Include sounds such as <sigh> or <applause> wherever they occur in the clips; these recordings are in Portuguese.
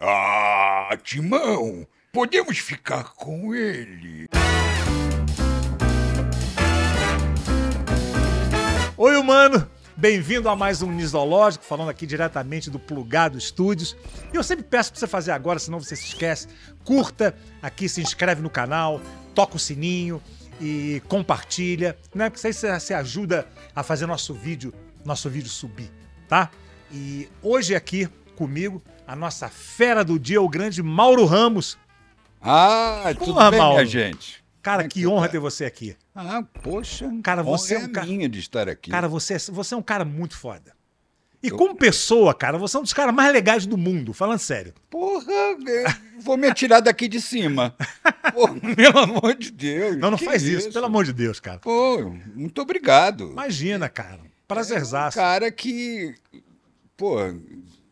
Ah, Timão, podemos ficar com ele. Oi, humano! Bem-vindo a mais um Nisológico, falando aqui diretamente do Plugado Studios. E eu sempre peço pra você fazer agora, senão você se esquece. Curta aqui, se inscreve no canal, toca o sininho e compartilha, né? Porque isso aí você você ajuda a fazer nosso vídeo, nosso vídeo subir, tá? E hoje aqui comigo, a nossa fera do dia, o grande Mauro Ramos. Ah, tudo Porra, bem, minha Mauro. gente? Cara, Como é que você honra tá? ter você aqui. Ah, poxa. Cara, honra você é um a cara- minha de estar aqui. Cara, você, é- você é um cara muito foda. E Eu- como pessoa, cara, você é um dos caras mais legais do mundo, falando sério. <laughs> Porra, eu vou me atirar daqui de <laughs> cima. Pô, pelo amor de Deus. Não, não que faz isso, pelo amor de Deus, cara. Pô, muito obrigado. Imagina, cara. um Prazerzaço. cara que, pô,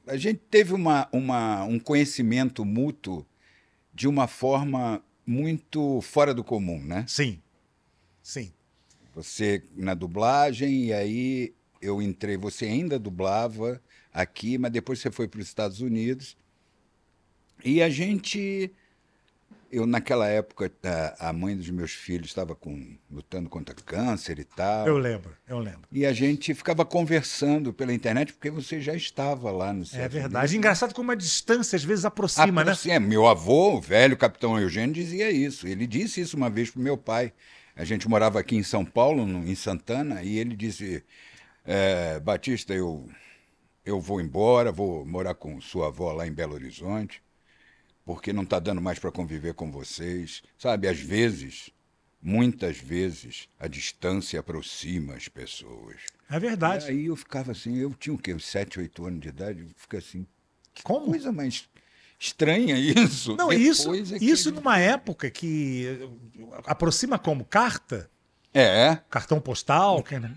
a gente teve uma, uma, um conhecimento mútuo de uma forma muito fora do comum, né? Sim. Sim. Você na dublagem, e aí eu entrei, você ainda dublava aqui, mas depois você foi para os Estados Unidos. E a gente. Eu, naquela época, a, a mãe dos meus filhos estava com, lutando contra câncer e tal. Eu lembro, eu lembro. E a gente ficava conversando pela internet, porque você já estava lá no É né? verdade. Engraçado como a distância às vezes aproxima, Acima, né? né? meu avô, o velho capitão Eugênio, dizia isso. Ele disse isso uma vez para meu pai. A gente morava aqui em São Paulo, no- em Santana, e ele disse: eh, Batista, eu, eu vou embora, vou morar com sua avó lá em Belo Horizonte, porque não está dando mais para conviver com vocês. Sabe, às vezes, muitas vezes, a distância aproxima as pessoas. É E verdade. aí eu ficava assim, eu tinha o quê? Uns 7, 8 anos de idade, eu ficava assim, que Como? coisa mais estranha isso. Não, Depois isso, é que- isso numa época que eh, aproxima como carta, É, cartão postal, que, <laughs> né?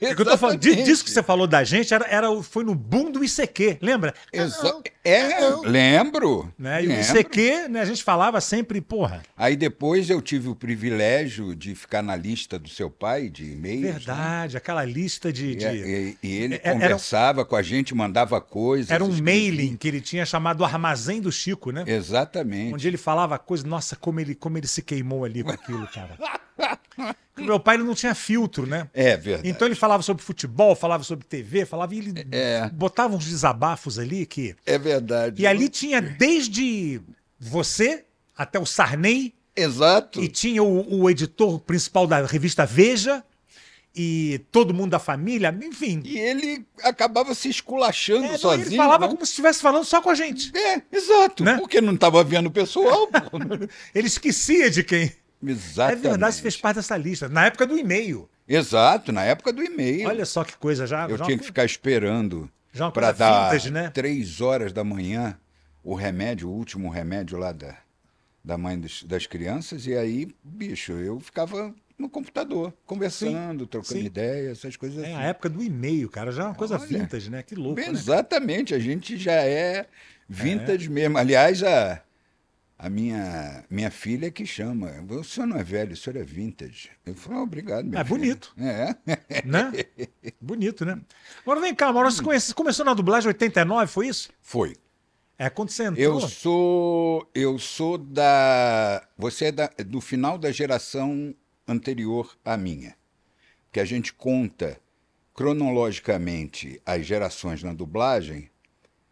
É que eu tô falando, di- disso que você falou da gente era, era foi no boom do ICQ, lembra? Exa... É, lembro. Ah, Né? E o lembro. ICQ, né, a gente falava sempre, porra, Aí depois eu tive o privilégio de ficar na lista do seu pai de e-mails. né? verdade, aquela lista de. de- E, e- e ele É- era- conversava com a gente, mandava coisas. Era um escrevia. mailing que ele tinha chamado Armazém do Chico, né? Exatamente. Onde ele falava coisa, nossa, como ele, como ele se queimou ali com aquilo, cara. <laughs> Porque Meu pai ele não tinha filtro, né? É verdade. Então ele falava sobre futebol, falava sobre TV, falava e ele É. botava uns desabafos ali que. É verdade. E ali tinha desde você até o Sarney, Exato. e tinha o, o editor principal da revista Veja, e todo mundo da família, enfim. E ele acabava se esculachando É, não, sozinho. ele falava né? como se estivesse falando só com a gente. É, exato. Né? Porque não estava vendo o pessoal. pô. Ele esquecia de quem. <laughs> É Exatamente. verdade, você fez parte dessa lista. Na época do e-mail. Exato, na época do e-mail. Olha só que coisa já. eu já tinha que uma co- ficar esperando já uma para coisa dar vintage, né? três horas da manhã o remédio, o último remédio lá da, da mãe dos- das crianças. E aí, bicho, eu ficava no computador, conversando, trocando sim. ideia, essas coisas É a assim. época do e-mail, cara. Já é uma coisa Olha. vintage, né? Que louco, né? Exatamente, a gente já é vintage É. mesmo. Aliás, a, a minha, minha filha que chama. O senhor não é velho, o senhor é vintage. Eu falo, "Ah, obrigado, minha É filha." bonito. É. <laughs> Hum. Né? Bonito, né? Agora vem cá, Mauro, você conhece- começou na dublagem em 89, foi isso? Foi. É, quando você Eu entrou... sou. Eu sou da. Você é da- do final da geração anterior à minha. Que a gente conta cronologicamente as gerações na dublagem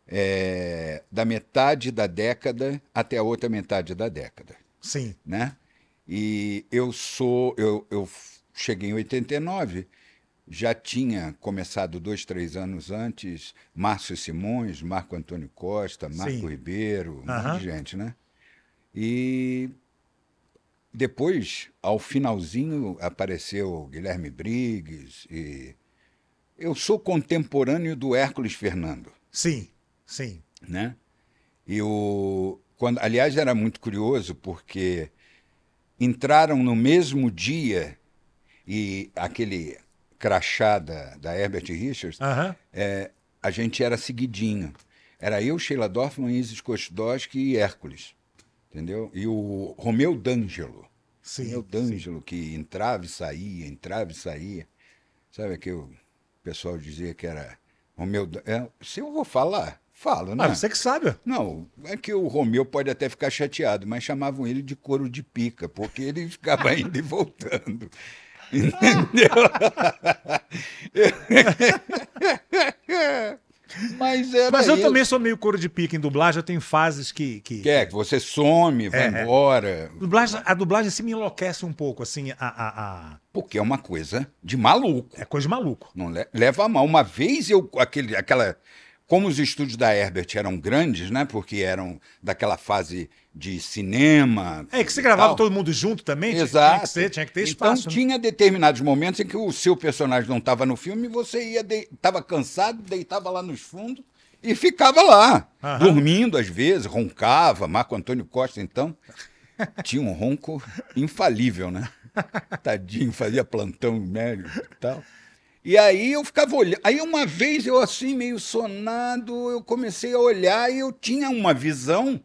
é, da metade da década até a outra metade da década, Sim, né? E eu sou. Eu, eu f- cheguei em 89. Já tinha começado dois, três anos antes, Márcio Simões, Marco Antônio Costa, Marco Sim. Ribeiro, um Aham. monte de gente, né? E depois, ao finalzinho, apareceu Guilherme Briggs e eu sou contemporâneo do Hércules Fernando, sim, sim. né? E o quando, aliás, era muito curioso porque entraram no mesmo dia e aquele crachá da, da Herbert Richards Aham. é, a gente era seguidinho. Era eu, Sheila Dorfman, Isis Kostodowski e Hércules. Entendeu? E o Romeu D'Angelo. Sim. Romeu D'Angelo, que entrava e saía, entrava e saía. Sabe que o pessoal dizia que era Romeu D'Angelo. é, Se eu vou falar, Falo, né? Ah, você que sabe. Não, é que o Romeu pode até ficar chateado, mas chamavam ele de couro de pica, porque ele <laughs> ficava indo e voltando. Entendeu? <laughs> mas era Mas eu isso. também sou meio couro de pique em dublagem, eu tenho fases que. que... Quer que é. você some, vai É. embora. Dublagem, a dublagem se me enlouquece um pouco, assim, a, a- a- Porque é uma coisa de maluco. é coisa de maluco. Não le- leva a mal. Uma vez eu. Aquele, aquela, como os estúdios da Herbert eram grandes, né? Porque eram daquela fase de cinema. É que se e gravava tal. todo mundo junto também, tinha- Exato. tinha que ser, tinha que ter espaço. Então né? tinha determinados momentos em que o seu personagem não estava no filme e você ia de... tava cansado, deitava lá nos fundos e ficava lá, Aham. dormindo às vezes, roncava. Marco Antônio Costa então tinha um ronco infalível, <laughs> né? Tadinho, fazia plantão médio e tal. E aí eu ficava olhando. Aí uma vez eu assim meio sonado, eu comecei a olhar e eu tinha uma visão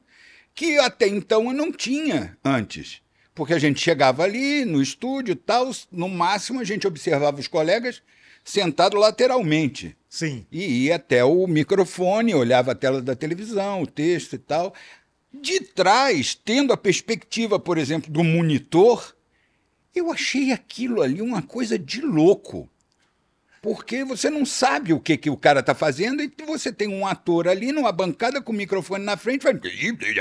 que até então eu não tinha antes. Porque a gente chegava ali no estúdio e tal, no máximo a gente observava os colegas sentado lateralmente. Sim. E ia até o microfone, olhava a tela da televisão, o texto e tal. De trás, tendo a perspectiva, por exemplo, do monitor, eu achei aquilo ali uma coisa de louco. Porque você não sabe o que, que o cara está fazendo e você tem um ator ali numa bancada com o microfone na frente. Vai...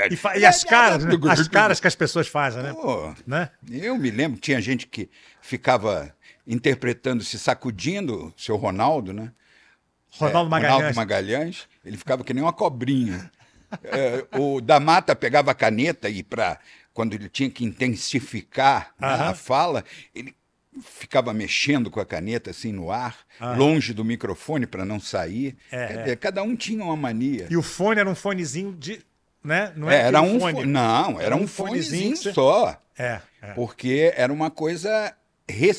E, fa- e é as caras, né? As caras que as pessoas fazem, né? Pô, né? eu me lembro, tinha gente que ficava interpretando, se sacudindo, seu Ronaldo, né? Ronaldo É, Magalhães. Ronaldo Magalhães, ele ficava que nem uma cobrinha. É, o da Mata pegava a caneta e para quando ele tinha que intensificar né, Aham. a fala, ele ficava mexendo com a caneta assim no ar, Aham. longe do microfone para não sair. É, Quer é. dizer, cada um tinha uma mania. E o fone era um fonezinho de. Né? Não É, era aquele um fone. Não, era, um, fonezinho fonezinho, que você- só, É, é. porque era uma coisa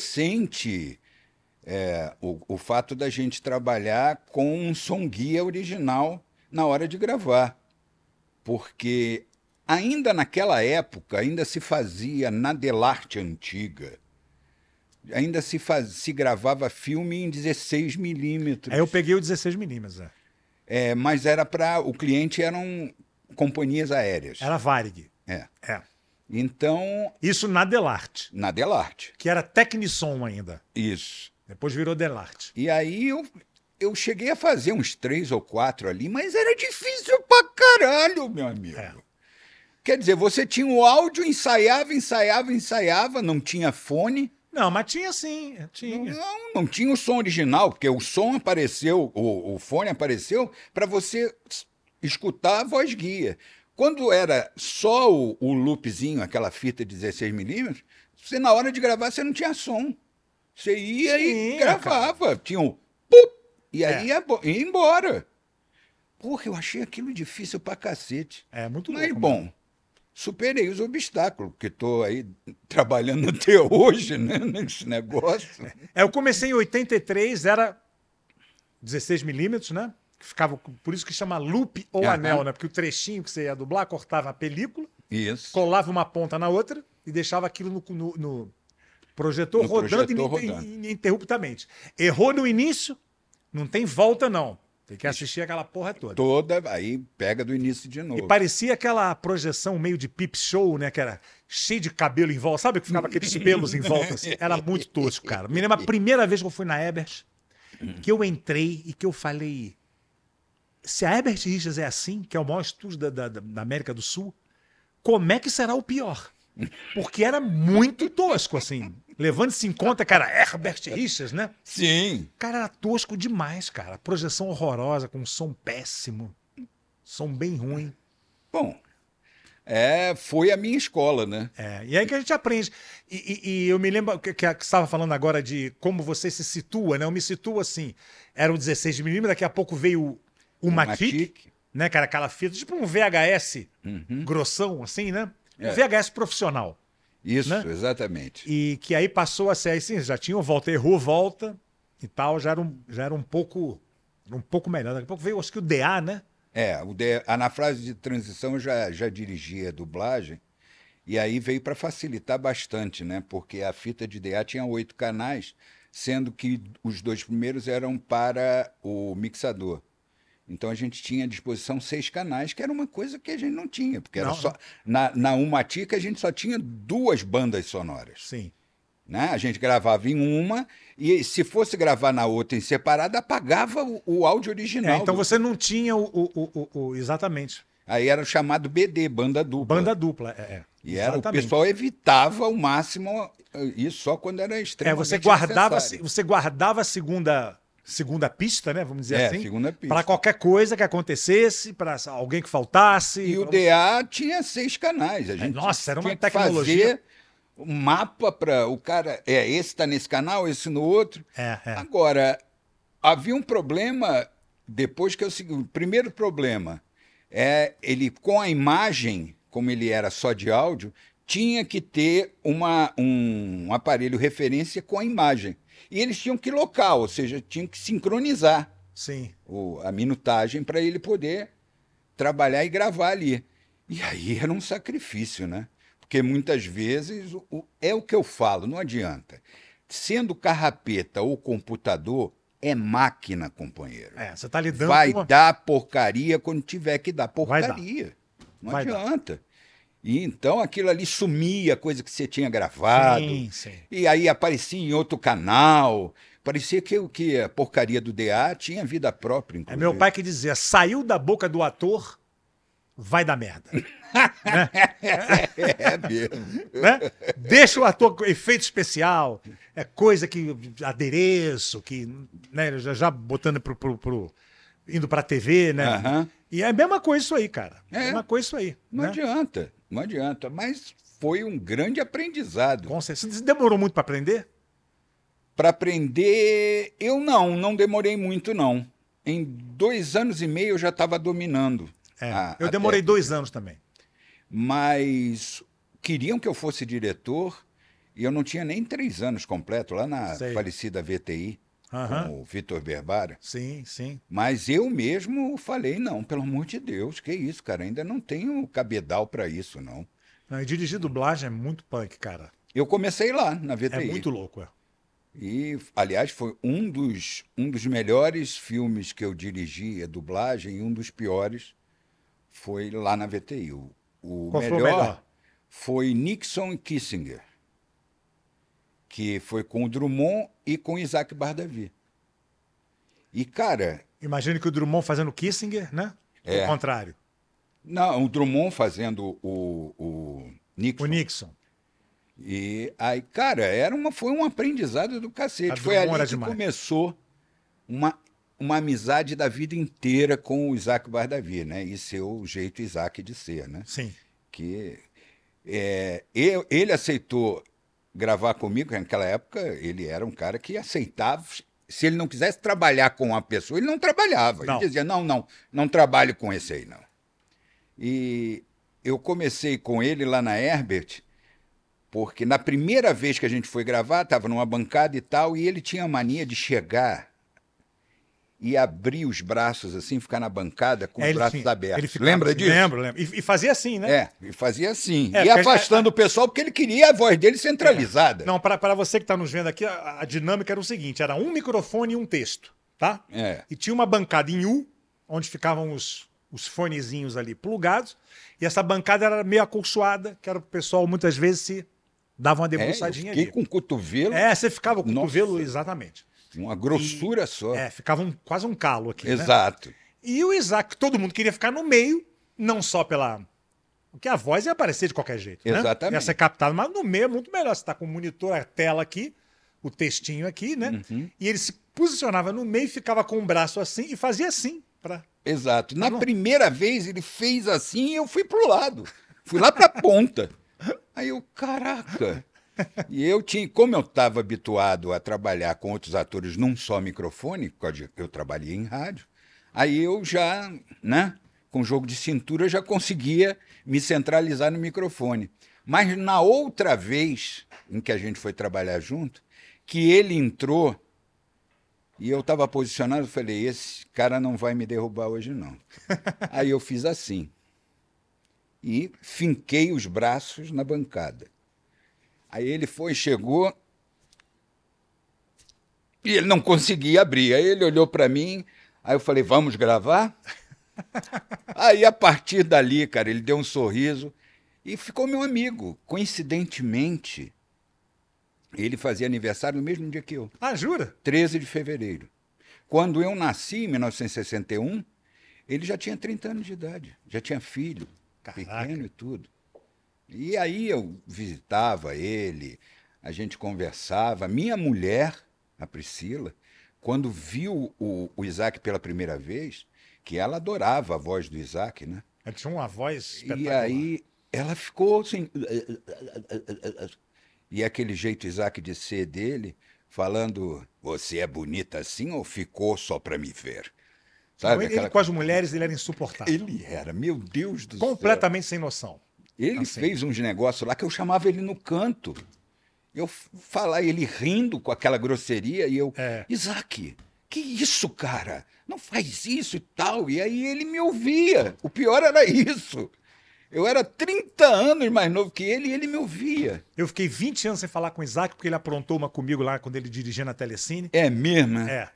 recente. é, o, o fato da gente trabalhar com um som guia original na hora de gravar. Porque ainda naquela época, ainda se fazia na Delarte antiga, ainda se, faz, se gravava filme em 16 milímetros. Aí eu peguei o 16mm. É, mas era para. O cliente eram companhias aéreas. Era Varig. É. É. Então, Isso na Delarte, na Delarte. que era Tecnisson ainda. Isso. Depois virou Delarte. E aí eu, eu cheguei a fazer uns três ou quatro ali, mas era difícil pra caralho, meu amigo. É. Quer dizer, você tinha o áudio, ensaiava, ensaiava, ensaiava, não tinha fone, Não, mas tinha sim. é, Tinha. não, é. não tinha o som original, porque o som apareceu, o, o fone apareceu para você s- escutar a voz guia. Quando era só o, o loopzinho, aquela fita de 16mm, você na hora de gravar você não tinha som. Você ia Sim, e gravava, tinha um pup, e É. aí ia, bo- ia embora. Porra, eu achei aquilo difícil pra cacete. É muito Mas louco, bom, superei os obstáculos, porque estou aí trabalhando <laughs> até hoje né, nesse negócio. É, eu comecei em 83, era 16mm, né? Que Ficava, por isso que chama loop ou Aham. anel, né? Porque o trechinho que você ia dublar cortava a película, Isso. colava uma ponta na outra e deixava aquilo no, no- no projetor No rodando projetor ininter- rodando. ininterruptamente. Errou no início, não tem volta, não. Tem que assistir aquela porra toda. Toda, aí pega do início de novo. E parecia aquela projeção meio de peep show, né? Que era cheio de cabelo em volta. Sabe que ficava aqueles pelos em volta? assim? Era muito tosco, cara. Me lembro a primeira vez que eu fui na Ebert, que eu entrei e que eu falei... Se a Ebert Richards é assim, que é o maior estúdio da, da- da- da América do Sul, como é que será o pior? Porque era muito tosco, assim. Levando-se em conta, cara, Herbert Richards, né? Sim. Cara, era tosco demais, cara. Projeção horrorosa, com um som péssimo. Som bem ruim. Bom, é, foi a minha escola, né? É, e aí que a gente aprende. E, e- e eu me lembro que, que a- que você estava falando agora de como você se situa, né? Eu me situo assim. Era o 16 milímetros, daqui a pouco veio o, o Matic, Matic. né, cara? Aquela fita, tipo um VHS Uhum. grossão, assim, né? Um É. VHS profissional. Isso, Né? exatamente. E que aí passou a ser assim, já tinha o volta, errou, volta e tal, já era um, já era um pouco um pouco melhor. Daqui a pouco veio, acho que o DA, né? É, o de, a, na frase de transição eu já, já dirigia a dublagem, e aí veio para facilitar bastante, né? Porque a fita de DA tinha oito canais, sendo que os dois primeiros eram para o mixador. Então a gente tinha à disposição seis canais, que era uma coisa que a gente não tinha, porque era Não, né? só não. na, na Umatica a gente só tinha duas bandas sonoras. Sim. Né? A gente gravava em uma e se fosse gravar na outra em separada, apagava o, o áudio É, original. então do- você não tinha o, o- o- o- o- exatamente. Aí era o chamado BD, banda dupla. Banda dupla. É, é. E era, o Exatamente. pessoal evitava ao máximo eh, isso só quando era É, extremamente você guardava, necessário. você guardava a segunda, segunda pista, né? Vamos dizer É, assim. segunda pista. Para qualquer coisa que acontecesse, para alguém que faltasse. Então, E o pra- É, DA tinha seis canais. A gente nossa, era uma tinha que tecnologia. fazer um mapa para o cara. É, esse tá nesse canal, esse no outro. É, é. Agora, havia um problema depois que eu segui. O primeiro problema é ele, com a imagem, como ele era só de áudio, tinha que ter uma, um aparelho referência com a imagem. E eles tinham que local, ou seja, tinham que sincronizar Sim. o- a minutagem para ele poder trabalhar e gravar ali. E aí era um sacrifício, né? Porque muitas vezes o- o- é o que eu falo, não adianta. Sendo carrapeta ou computador, é máquina, companheiro. É, você tá lidando Vai com uma... dar porcaria quando tiver que dar Vai dar. porcaria. Não Vai dar. adianta. E então aquilo ali sumia, coisa que você tinha gravado. Sim, sim. E aí aparecia em outro canal. Parecia que, o- que a porcaria do DA tinha vida própria, É inclusive. meu pai que dizia: saiu da boca do ator, vai <laughs> dar merda. <laughs> É <laughs> mesmo. né? Deixa o ator com efeito especial, é coisa que adereço, que né, já, já botando pro, pro- pro- indo pra TV, né? Aham. E é a mesma coisa isso aí, cara. É, a É. mesma coisa isso aí. Não né? adianta, não adianta. Mas foi um grande aprendizado. Com certeza. Você demorou muito pra aprender? Para aprender, eu não, não demorei muito, não. Em dois anos e meio eu já estava dominando. É. a- eu a demorei técnica. dois anos também. Mas queriam que eu fosse diretor e eu não tinha nem três anos completo, lá na Sei. falecida VTI, Aham. com o Vitor Berbara. Sim, sim. Mas eu mesmo falei, não, pelo amor de Deus, que isso, cara, ainda não tenho cabedal para isso, não. Não, e dirigir dublagem é muito punk, cara. Eu comecei lá, na É VTI. muito louco, é. E, aliás, foi um dos, um dos melhores filmes que eu dirigi, a dublagem, e um dos piores foi lá na VTI. O, o Qual melhor foi o melhor? foi Nixon e Kissinger, que foi com o Drummond e com Isaac Bardavi. E, cara, Imagino que o Drummond fazendo Kissinger, né? É. Ao contrário. não, o Drummond fazendo o, o Nixon. O Nixon. E aí, cara, era uma, foi um aprendizado do A cacete. Foi ali Drummond era que demais. começou uma, uma amizade da vida inteira com o Isaac Bardavi, né? E seu jeito Isaac de ser, né? Sim. Que é, eu- ele aceitou gravar comigo, que naquela época ele era um cara que aceitava. Se ele não quisesse trabalhar com a pessoa, ele não trabalhava. Não. Ele dizia: não, não, não trabalho com esse aí, não. E eu comecei com ele lá na Herbert, porque na primeira vez que a gente foi gravar, estava numa bancada e tal, e ele tinha a mania de chegar e abrir os braços assim, ficar na bancada com É, os ele braços tinha- abertos. ele ficava- assim, Lembra disso? Lembro, lembro. E, e fazia assim, né? É, e fazia assim. É, e porque- É. afastando o pessoal porque ele queria a voz dele centralizada. Não, para você que está nos vendo aqui, a, a dinâmica era o seguinte: era um microfone e um texto, tá? É. E tinha uma bancada em U, onde ficavam os, os fonezinhos ali plugados, e essa bancada era meio acolchoada, que era o pessoal muitas vezes se dava É, uma eu debruçadinha fiquei ali. com o cotovelo, É, você ficava com o Nossa. cotovelo, exatamente. uma grossura só. É, ficava um- quase um calo aqui. né? Exato. E o Isaac, todo mundo queria ficar no meio, não só pela. Porque a voz ia aparecer de qualquer jeito. né? Exatamente. Ia ser captada, mas no meio é muito melhor. Você está com o monitor, a tela aqui, o textinho aqui, né? Uhum. E ele se posicionava no meio, ficava com o braço assim e fazia assim. Pra... Exato. Na Tá bom. primeira vez ele fez assim e eu fui pro lado. Fui lá pra ponta. Aí eu, caraca. E eu tinha, como eu estava habituado a trabalhar com outros atores num só microfone, por causa de- eu trabalhei em rádio, aí eu já, né, com jogo de cintura, já conseguia me centralizar no microfone. Mas na outra vez em que a gente foi trabalhar junto, que ele entrou e eu estava posicionado, eu falei, esse cara não vai me derrubar hoje, não. Aí eu fiz assim. E finquei os braços na bancada. Aí ele foi, chegou. E ele não conseguia abrir. Aí ele olhou para mim. Aí eu falei, vamos gravar? Aí a partir dali, cara, ele deu um sorriso e ficou meu amigo. Coincidentemente, ele fazia aniversário no mesmo dia que eu, Ah, jura? 13 de fevereiro. Quando eu nasci, em 1961, ele já tinha 30 anos de idade, já tinha filho, Caraca. pequeno e tudo. E aí eu visitava ele, a gente conversava. Minha mulher, a Priscila, quando viu o, o Isaac pela primeira vez, que ela adorava a voz do Isaac, né? Ele tinha uma voz E espetacular. aí ela ficou assim. eh, E aquele jeito Isaac de ser dele, falando: Você é bonita assim ou ficou só pra me ver? Sabe? ele, aquela- ele com as mulheres, ele era insuportável. Ele era, meu Deus do céu. completamente sem noção. Ele Assim. fez uns negócios lá que eu chamava ele no canto. Eu f- falar ele rindo com aquela grosseria e eu, É. <laughs> Isaac, que isso, cara? Não faz isso e tal. E aí ele me ouvia. O pior era isso. Eu era 30 anos mais novo que ele e ele me ouvia. Eu fiquei 20 anos sem falar com o Isaac, porque ele aprontou uma comigo lá quando ele dirigia na Telecine. É mesmo? né? É.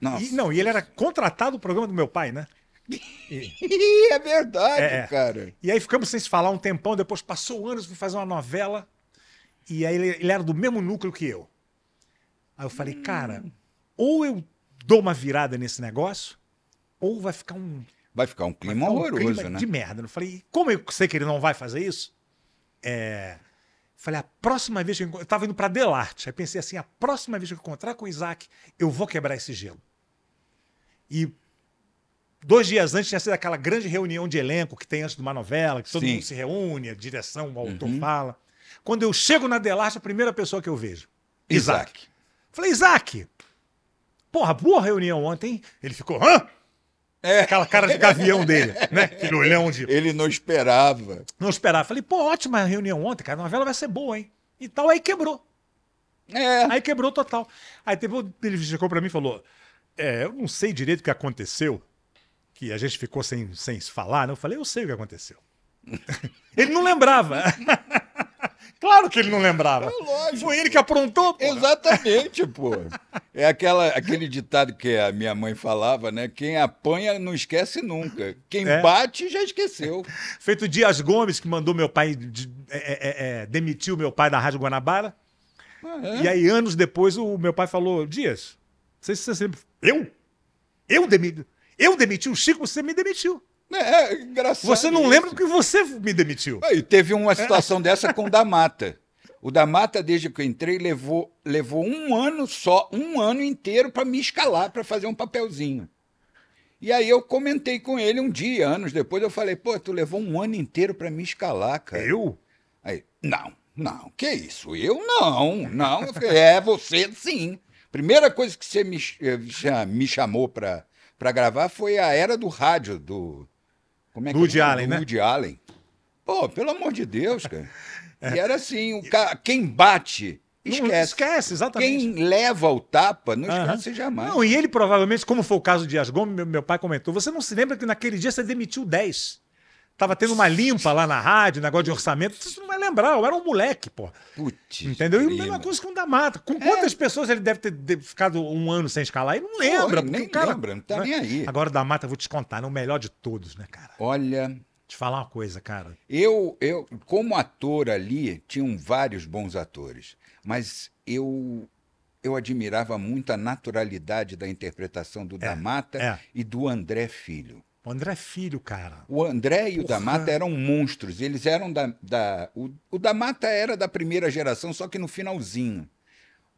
Nossa. E, não, e ele era contratado do programa do meu pai, né? <laughs> Ih, é verdade, É, é. cara. E aí ficamos sem se falar um tempão, depois passou anos, fui fazer uma novela, e aí ele, ele era do mesmo núcleo que eu. Aí eu Hum. falei, cara, ou eu dou uma virada nesse negócio, ou vai ficar um, Vai ficar um clima ficar um horroroso, clima né? de merda. Eu falei, como eu sei que ele não vai fazer isso? É... Falei, a próxima vez que eu encontrar... Eu tava indo pra Delarte, aí pensei assim, a próxima vez que eu encontrar com o Isaac, eu vou quebrar esse gelo. E dois dias antes tinha sido aquela grande reunião de elenco que tem antes de uma novela, que todo Sim. Uhum. mundo se reúne, a direção, o autor fala. Quando eu chego na Delarte, a primeira pessoa que eu vejo, Isaac. Isaac. Falei, Isaac, porra, boa reunião ontem. hein?" Ele ficou, hã? É. Aquela cara de gavião dele, né? Aquele olhão de. Ele não esperava. Não esperava. Falei, pô, ótima reunião ontem, cara. A novela vai ser boa, hein? E tal, aí quebrou. É. Aí quebrou total. Aí teve, outro- ele chegou pra mim e falou: É, eu não sei direito o que aconteceu, que a gente ficou sem, sem se falar, né? Eu falei, eu sei o que aconteceu. <laughs> ele não lembrava. <laughs> claro que ele não lembrava. É, lógico. Foi ele que aprontou, pô. Exatamente, pô. É aquela, aquele ditado que a minha mãe falava, né? Quem apanha não esquece nunca. Quem É. bate já esqueceu. Feito o Dias Gomes, que mandou meu pai. de- é, é, é, demitiu meu pai da Rádio Guanabara. É. E aí, anos depois, o meu pai falou: Dias, não sei se você sempre. Eu? Eu demiti. Eu demiti o Chico, você me demitiu. É, é engraçado. Você não isso. lembra que você me demitiu. Ah, E teve uma <laughs> situação dessa com o da Mata. O da Mata, desde que eu entrei, levou, levou um ano só, um ano inteiro para me escalar, para fazer um papelzinho. E aí eu comentei com ele um dia, anos depois, eu falei, pô, tu levou um ano inteiro para me escalar, cara. Eu? Aí, não, não, que isso? Eu não, não. Eu falei, é, você sim. Primeira coisa que você me, ch- eh, cha- me chamou pra, pra gravar foi a era do rádio, do. Como é que Woody é o nome? Allen, do né? Woody Allen. Pô, pelo amor de Deus, <laughs> cara. E era assim: o ca- quem bate, É. Não- esquece. esquece, exatamente. Quem leva o tapa, não Aham. esquece jamais. Não, e ele provavelmente, como foi o caso de Dias Gomes, meu, meu pai comentou: você não se lembra que naquele dia você demitiu 10. Tava tendo uma limpa lá na rádio, um negócio de orçamento. Você não vai lembrar, eu era um moleque, pô. Putz. Entendeu? E a grila. mesma coisa com o da mata. Com quantas pessoas ele deve ter de- ficado um ano sem escalar? Ele não lembra, Pô, porque nem o cara. lembra, não tá né? nem aí. Agora o da mata, eu vou te contar, né? o melhor de todos, né, cara? Olha, Te falar uma coisa, cara. Eu, eu, como ator ali, tinham vários bons atores, mas eu eu admirava muito a naturalidade da interpretação do Damata é. e do André Filho. O André é Filho, cara. O André e o Porra. Damata eram monstros. Eles eram da. da o, o Damata era da primeira geração, só que no finalzinho.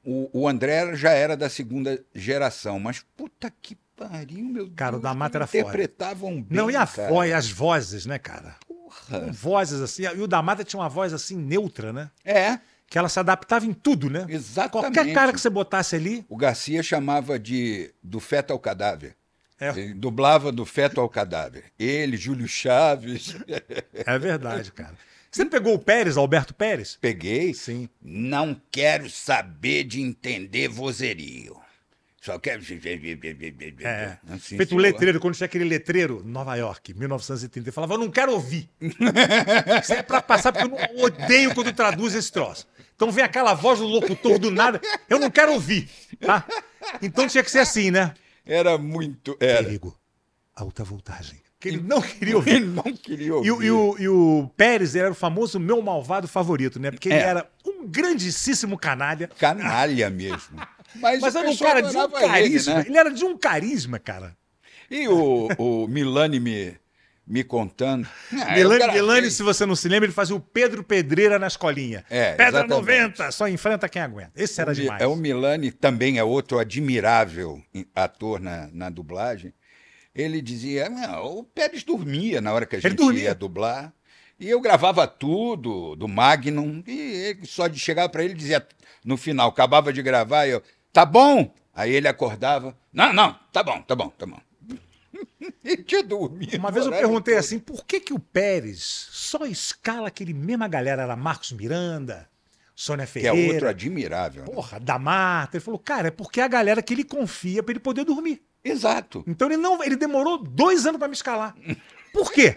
O, o André já era da segunda geração, mas puta que pariu, meu Deus. Cara, o Damata como era foda. Interpretavam bem. Não, e a cara. É. voz, as vozes, né, cara? Porra. Vozes assim. E o da mata tinha uma voz assim neutra, né? É, Que ela se adaptava em tudo, né? exatamente. Qualquer cara que você botasse ali. O Garcia chamava de do feto ao cadáver. É, Ele dublava do feto ao cadáver. Ele, Júlio Chaves. é verdade, cara. Você pegou o Pérez, Alberto Pérez? Peguei. Sim. Não quero saber de entender vozerio. Só quero. É. Assim, Feito um senhor. letreiro, quando tinha aquele letreiro, Nova York, 1930, eu falava, eu não <laughs> quero ouvir. Isso é pra passar, porque eu não- odeio quando traduz esse troço. Então vem aquela voz do locutor do nada, eu não quero ouvir. Tá? Então tinha que ser assim, né? Era muito. é, Era. Perigo. Alta voltagem. Que ele não queria ouvir. Ele <laughs> não queria ouvir. E, o- e o, e o Pérez era o famoso meu malvado favorito, né? Porque ele É. era um grandíssimo canalha. Canalha mesmo. Mas, Mas o era um pessoal cara de um adorava ele, carisma. Ele, né? era de um carisma, cara. E o, o Milani me, me contando. Ah, eu Milani, gravei. Milani, se você não se lembra, ele fazia o Pedro Pedreira na escolinha. É, Pedra exatamente. 90, só enfrenta quem aguenta. Esse era Mi- demais. É o Milani, também é outro admirável em- ator na, na dublagem. Ele dizia, "Ah, o Pérez dormia na hora que a Ele gente dormia. ia dublar. E eu gravava tudo do Magnum, e ele só de chegar para ele dizia, no final, acabava de gravar, eu, tá bom? Aí ele acordava, não, não, tá bom, tá bom, tá bom. <laughs> ele tinha dormido. Uma o vez eu horário perguntei todo. assim, por que que o Pérez só escala aquele mesma galera? Era Marcos Miranda, Sônia Que é outro Ferreira, admirável. né? porra, da Marta. Ele falou, cara, é porque é a galera que ele confia pra ele poder dormir. Exato. Então ele não, ele demorou dois anos pra me escalar. Por <laughs> quê?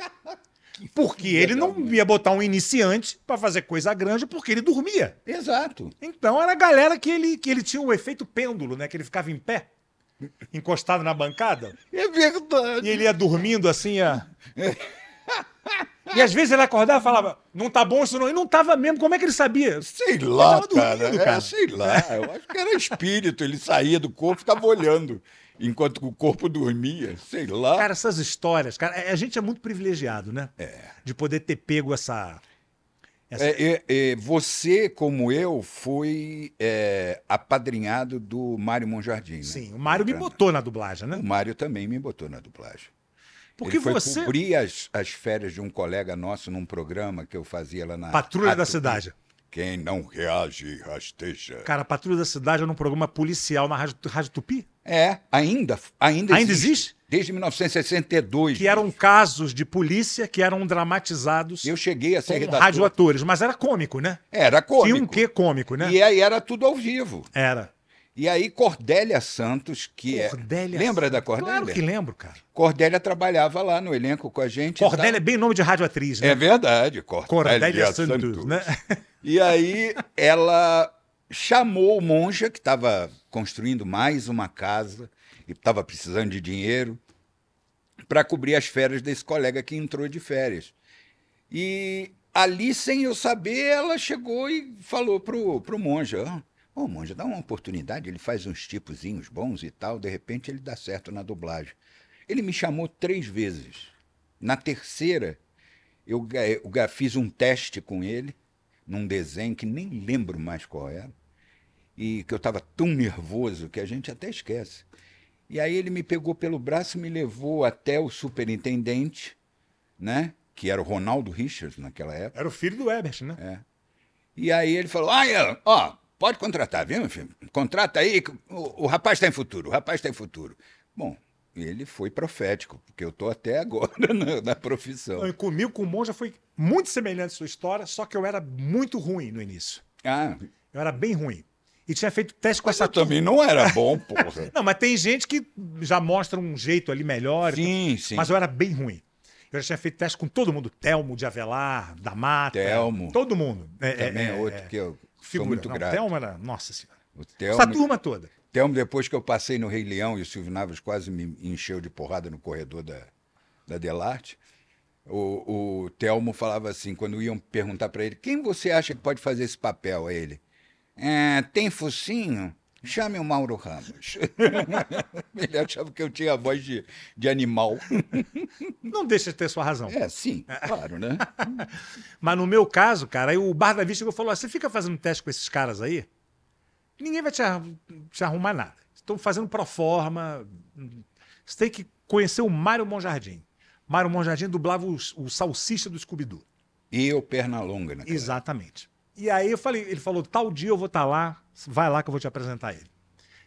Porque ele não ia botar um iniciante pra fazer coisa grande porque ele dormia. Exato. Então era a galera que ele, que ele tinha o efeito pêndulo, né? Que ele ficava em pé, encostado na bancada. É verdade. E ele ia dormindo assim, ó. E às vezes ele acordava e falava, não tá bom isso não. E não tava mesmo, como é que ele sabia? Sei lá, tava dormindo, cara. É, cara. sei lá. Eu acho que era espírito. Ele saía do corpo, ficava olhando enquanto o corpo dormia. Sei lá. Cara, essas histórias, cara, a gente é muito privilegiado, né? É. De poder ter pego Né? essa... essa... É, é, é, você, como eu, foi é, apadrinhado do Mário Monjardim. né? Sim, o Mário me botou na dublagem, né? O Mário também me botou na dublagem. Porque Ele foi você... cobrir as, as férias de um colega nosso num programa que eu fazia lá na. Patrulha da Atupi. Cidade. Quem não reage, rasteja. Cara, Patrulha da Cidade era um programa policial na Rádio, Rádio Tupi, É, ainda, ainda, Ainda existe? Desde 1962. que um eram casos de polícia que eram dramatizados Eu cheguei a ser com redator. radioatores, mas era cômico, né? Era cômico. um Tinha um quê cômico, né? E é- aí era tudo ao vivo. Era. E aí Cordélia Santos, que é... Cordélia Lembra da Cordélia? Claro que lembro, cara. Cordélia trabalhava lá no elenco com a gente. e Cordélia é bem nome de radioatriz, tal. É né? verdade, Cordélia, Cordélia Santos. Santos, né? <laughs> E aí ela chamou o Monja, que estava construindo mais uma casa e estava precisando de dinheiro, para cobrir as férias desse colega que entrou de férias. E ali, sem eu saber, ela chegou e falou pro, pro Monja, "Ó, ô Monja, dá uma oportunidade, ele faz uns tipozinhos bons e tal, de repente ele dá certo na dublagem. Ele me chamou três vezes. Na terceira, eu, ga- eu ga- fiz um teste com ele, num desenho que nem lembro mais qual era, e que eu estava tão nervoso que a gente até esquece. E aí ele me pegou pelo braço e me levou até o superintendente, né? Que era o Ronaldo Richards naquela época. Era o filho do Ebert, né? É. E aí ele falou: Ah, Ian, ó, pode contratar, viu, meu filho? Contrata aí, que o, o rapaz tem futuro, o rapaz tem futuro. Bom, ele foi profético, porque eu estou até <laughs> agora na, na profissão. Não, Então, E comigo, com o Monja, foi muito semelhante a sua história, só que eu era muito ruim no início. Ah, Eu era bem ruim. E tinha feito teste com essa eu também não era bom, <laughs> porra. Não, mas tem gente que já mostra um jeito ali melhor. Sim, sim. Mas eu era bem ruim. Eu já tinha feito teste com todo mundo. Telmo de Avelar, da Mata. Telmo. Todo mundo. É, Também é, é é, outro é. que eu sou Figura. muito Não, grato. É um Telmo era... Nossa Senhora. O Essa Telmo, turma toda. Telmo, depois que eu passei no Rei Leão e o Silvio Navas quase me encheu de porrada no corredor da, da Delarte, o, o Telmo falava assim, quando iam perguntar para ele, quem você acha que pode fazer esse papel? Aí Ele, "É, tem focinho? Chame o Mauro Ramos. <laughs> ele achava que eu tinha a voz de, de animal. Não deixa de ter sua razão. É, sim, claro, né? Mas no meu caso, cara, aí o Bar da Vista chegou e falou: "Ah, você fica fazendo teste com esses caras aí, ninguém vai te, ar- te arrumar nada. Estão fazendo pro forma. Você tem que conhecer o Mário Monjardim. Mário Monjardim dublava os- o, Salsicha do Scooby-Doo. E eu, perna longa, né? Exatamente. E aí eu falei, ele falou: tal dia eu vou estar lá, vai lá que eu vou te apresentar ele.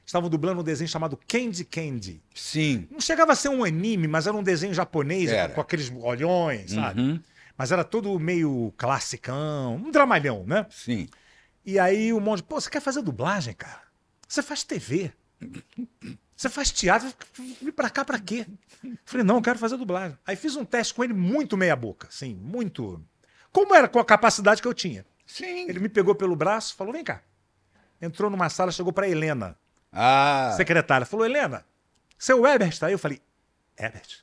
Estavam dublando um desenho chamado Candy Candy. Sim. Não chegava a ser um anime, mas era um desenho japonês, Era. com aqueles olhões, sabe? Uhum, Mas era todo meio classicão, um dramalhão, né? sim. E aí o monge, pô, você quer fazer dublagem, cara? Você faz TV. Você faz teatro, vim pra cá pra quê? Falei, não, eu quero fazer dublagem. Aí fiz um teste com ele muito meia boca, assim, muito. Como era com a capacidade que eu tinha. Sim. Ele me pegou pelo braço, falou, vem cá. Entrou numa sala, chegou pra Helena, Ah, secretária. Falou, Helena, Seu Ebert está aí? Eu falei, Ebert?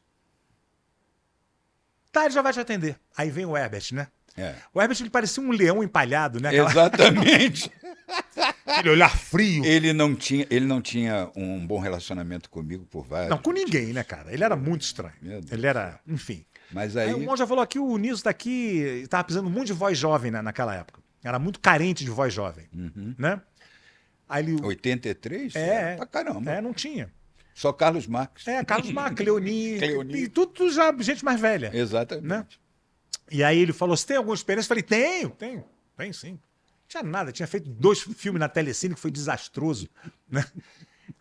Tá, ele já vai te atender. Aí vem o Ebert, né? É. O Ebert, ele parecia um leão empalhado, né? <laughs> Aquela- Exatamente. Aquele olhar frio. ele, não tinha, ele não tinha um bom relacionamento comigo por vários. Não, com ninguém, né, cara? Ele era muito estranho. Meu Deus. Ele era, enfim. Mas Aí aí. o Mon já falou aqui, o Nilson tá aqui, tava precisando muito de voz jovem né, naquela época. Era muito carente de voz jovem, Uhum. né? Aí ele... 83? É, É. Pra caramba. É, não tinha. Só Carlos Marques. É, <laughs> Carlos Marques, Leoni, Leoni. e tudo já gente mais velha. Exatamente. Né? E aí ele falou: Você tem alguma experiência? Eu falei: Tenho, tenho, tenho sim. Não tinha nada, tinha feito dois filmes na Telecine que foi desastroso. Né?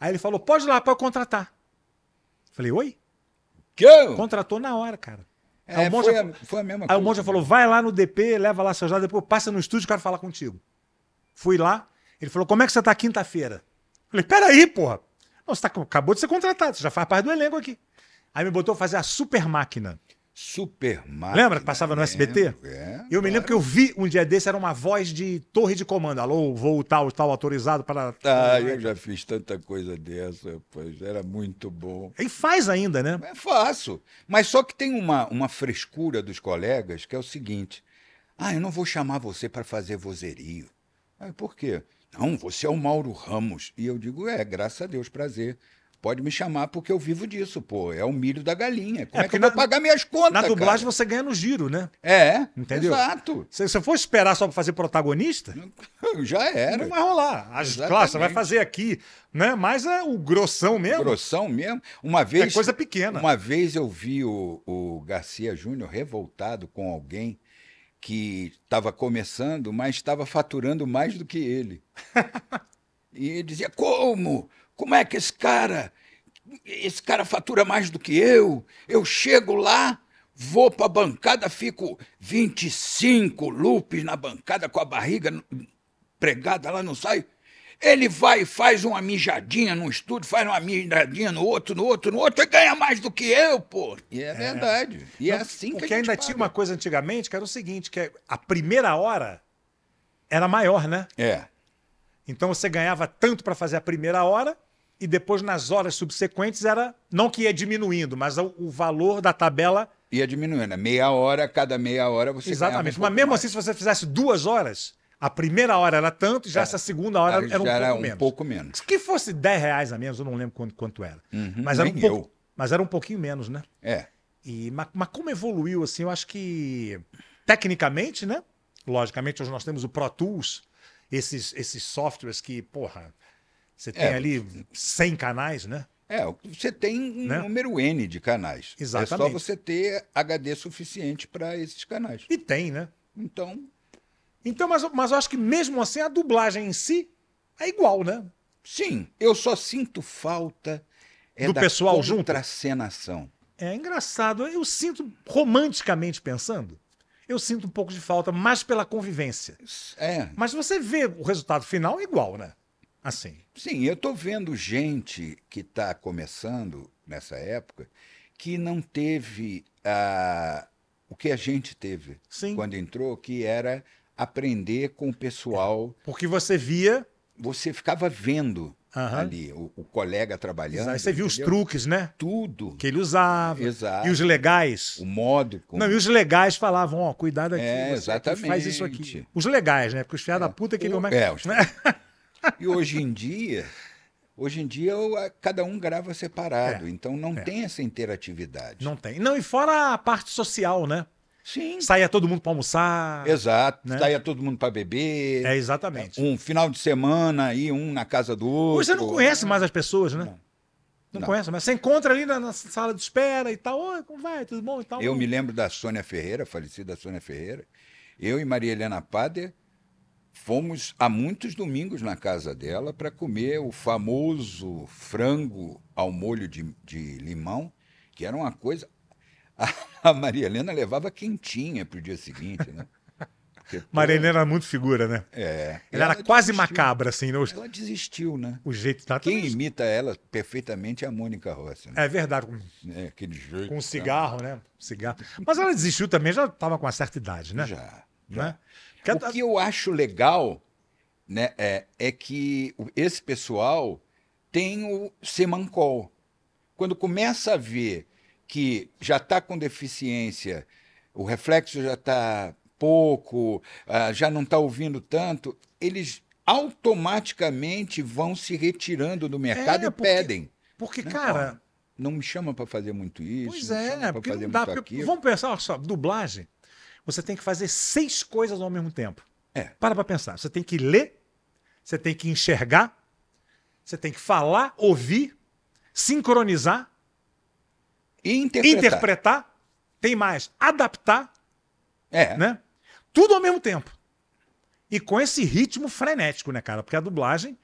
Aí ele falou: Pode ir lá, pode contratar. Eu Falei: Oi? Que eu? Contratou na hora, cara. É, Aí o Monja, foi, a, foi a mesma aí o coisa. né? Monja falou: Vai lá no DP, leva lá seus dados, depois passa no estúdio, quero falar contigo. Fui lá, ele falou: Como é que você tá quinta-feira? Eu Falei: Peraí, porra. Não, você tá, acabou de ser contratado, você já faz parte do elenco aqui. Aí me botou fazer a super máquina. Super Mario. Lembra que passava no SBT? Ah, É. Eu me lembro que eu vi um dia desse, era uma voz de torre de comando. Alô, voo tal, tal, autorizado para. Ah, eu já fiz tanta coisa dessa, pois era muito bom. E faz ainda, né? É fácil. Mas só que tem uma, uma frescura dos colegas que é o seguinte: ah, eu não vou chamar você para fazer vozerio. Ah, por quê? Não, você é o Mauro Ramos. E eu digo: é, graças a Deus, prazer. Pode me chamar porque eu vivo disso, pô. É o milho da galinha. Como É, é, que porque eu vou na- pagar minhas contas? Na dublagem tá, cara? você ganha no giro, né? É, Entendeu? exato. <laughs> Se se eu for esperar só para fazer protagonista, Já era. não vai rolar. As Exatamente. classes vai fazer aqui, né? Mas é o grossão mesmo Grossão mesmo. Uma vez. é coisa pequena. Uma vez eu vi o, o Garcia Júnior revoltado com alguém que estava começando, mas estava faturando mais do que ele. e ele dizia: Como? Como é que esse cara. Esse cara fatura mais do que eu? Eu chego lá. Vou para a bancada, fico 25 loops na bancada com a barriga pregada lá, não sai. Ele vai e faz uma mijadinha num estúdio, faz uma mijadinha no outro, no outro, no outro, e ganha mais do que eu, pô. E é, verdade. E é assim que a Porque gente ainda paga. tinha uma coisa antigamente que era o seguinte: que é a primeira hora era maior, né? É, Então você ganhava tanto para fazer a primeira hora e depois nas horas subsequentes era não que ia diminuindo, mas o, o valor da tabela ia diminuindo. É Meia hora, cada meia hora você exatamente. ganhava Mas um pouco mesmo mais. assim, se você fizesse duas horas, a primeira hora era tanto, já essa segunda hora É. Aí era, um já pouco era um menos. pouco menos. Se que fosse 10 reais a menos, eu não lembro quanto, quanto era. Uhum, mas era um nem pouco, eu. mas era um pouquinho menos, né? É, E mas, mas como evoluiu assim, eu acho que tecnicamente, né? Logicamente hoje nós temos o Pro Tools, esses esses softwares que, porra, você tem É. ali 100 canais, né? é, você tem um Né? número N de canais. É só Exatamente. você ter HD suficiente para esses canais. E tem, né? Então, Então, mas, mas eu acho que mesmo assim a dublagem em si é igual, né? sim, eu só sinto falta é Do da pessoal junto? contracenação. É engraçado. Eu sinto, romanticamente pensando, eu sinto um pouco de falta, mais pela convivência. É, Mas você vê o resultado final é igual, né? Assim. Sim, eu estou vendo gente que está começando nessa época que não teve ah, o que a gente teve Sim. quando entrou, que era aprender com o pessoal. Porque você via. Você ficava vendo Aham. ali o, o colega trabalhando. aí você viu os entendeu? truques, né? Tudo. Que ele usava. Exato. E os legais. O modo como. Não, e os legais falavam, ó, cuidado aqui. É, você aqui Faz isso aqui. exatamente. Os legais, né? Porque os fiados da puta que ele. O- <laughs> é, os- E hoje em dia, hoje em dia o- a- cada um grava separado, então não tem essa interatividade. É, Não tem. Não, e fora a parte social, né? Sim. Saía todo mundo pra almoçar. Exato, né? saía todo mundo para beber. É, exatamente. Um final de semana aí, um na casa do outro. Hoje você não conhece mais as pessoas, né? Não, Não. Não. conhece, mas você encontra ali na, na sala de espera e tal. Oi, como vai? Tudo Tá bom e tal? Eu me lembro da Sônia Ferreira, falecida Sônia Ferreira. Eu e Maria Helena Pader fomos há muitos domingos na casa dela para comer o famoso frango ao molho de, de limão, que era uma coisa. <laughs> A Maria Helena levava quentinha para o dia seguinte, né? Porque, pô, Marilena era muito figura, né? É. Ela, era quase desistiu. macabra, assim, né? O, Ela desistiu, né? o jeito da Quem imita ela perfeitamente é a Mônica Rossi, né? É verdade, com, É, aquele <laughs> jeito. com um né? cigarro, né? Cigarro. Mas ela desistiu também, já estava com uma certa idade, né? Já. já. Né? Porque a- O que eu acho legal né, é, é que o- esse pessoal tem o Semancol. Quando começa a ver que já está com deficiência, o reflexo já está pouco, ah, já não está ouvindo tanto, eles automaticamente vão se retirando do mercado É, e porque- pedem. Porque, Né? cara, Não me chama para fazer muito isso. pois não me chama é, pra porque fazer não dá. muito Porque, aquilo. vamos pensar, olha só, dublagem, você tem que fazer seis coisas ao mesmo tempo. É. Para pra pensar. Você tem que ler, você tem que enxergar, você tem que falar, ouvir, sincronizar, E interpretar. interpretar, tem mais, adaptar, É, né? Tudo ao mesmo tempo. E com esse ritmo frenético, né, cara? Porque a dublagem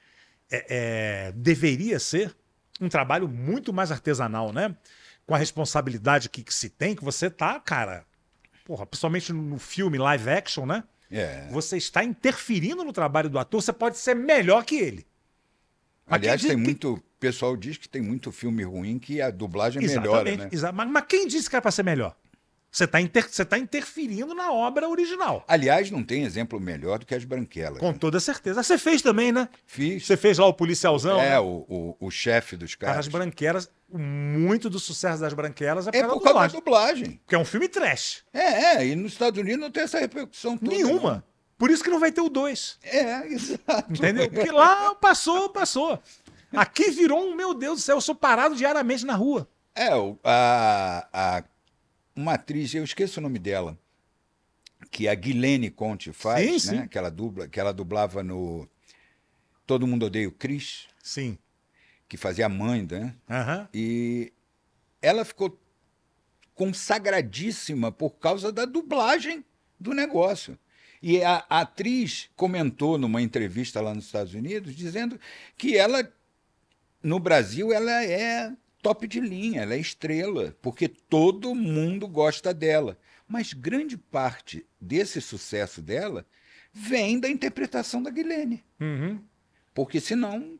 é- é- deveria ser um trabalho muito mais artesanal, né? Com a responsabilidade que, que se tem, que você tá, cara. Porra, principalmente no- no filme live action, né? é. Você está interferindo no trabalho do ator, você pode ser melhor que ele. Mas Aliás, quem tem diz- muito. O pessoal diz que tem muito filme ruim que a dublagem melhora, né? exa- mas, mas quem disse que era pra ser melhor? Você está interferindo na obra original. Aliás, não tem exemplo melhor do que as branquelas. Com toda certeza. Você fez também, né? Fiz. Você fez lá o policialzão. é, né? o, o, o chefe dos Cara, caras. as branquelas, muito do sucesso das branquelas é por É causa por do causa da dublagem. dublagem. Porque é um filme trash. É, é. E nos Estados Unidos não tem essa repercussão toda. Nenhuma. Por isso que não vai ter o 2. não. É, <laughs> exato. Entendeu? Porque lá passou, passou. Aqui virou um, meu Deus do céu, eu sou parado diariamente na rua. É, o- a, a, uma atriz, eu esqueço o nome dela, que a Guilene Conte faz, Sim, né? sim. Que ela, dubla, que ela dublava no Todo Mundo Odeia o Chris, Sim. que fazia a mãe, né? Aham. E ela ficou consagradíssima por causa da dublagem do negócio. E a, a atriz comentou numa entrevista lá nos Estados Unidos, dizendo que ela, no Brasil, ela é top de linha, ela é estrela, porque todo mundo gosta dela. Mas grande parte desse sucesso dela vem da interpretação da Guilherme. Uhum. Porque senão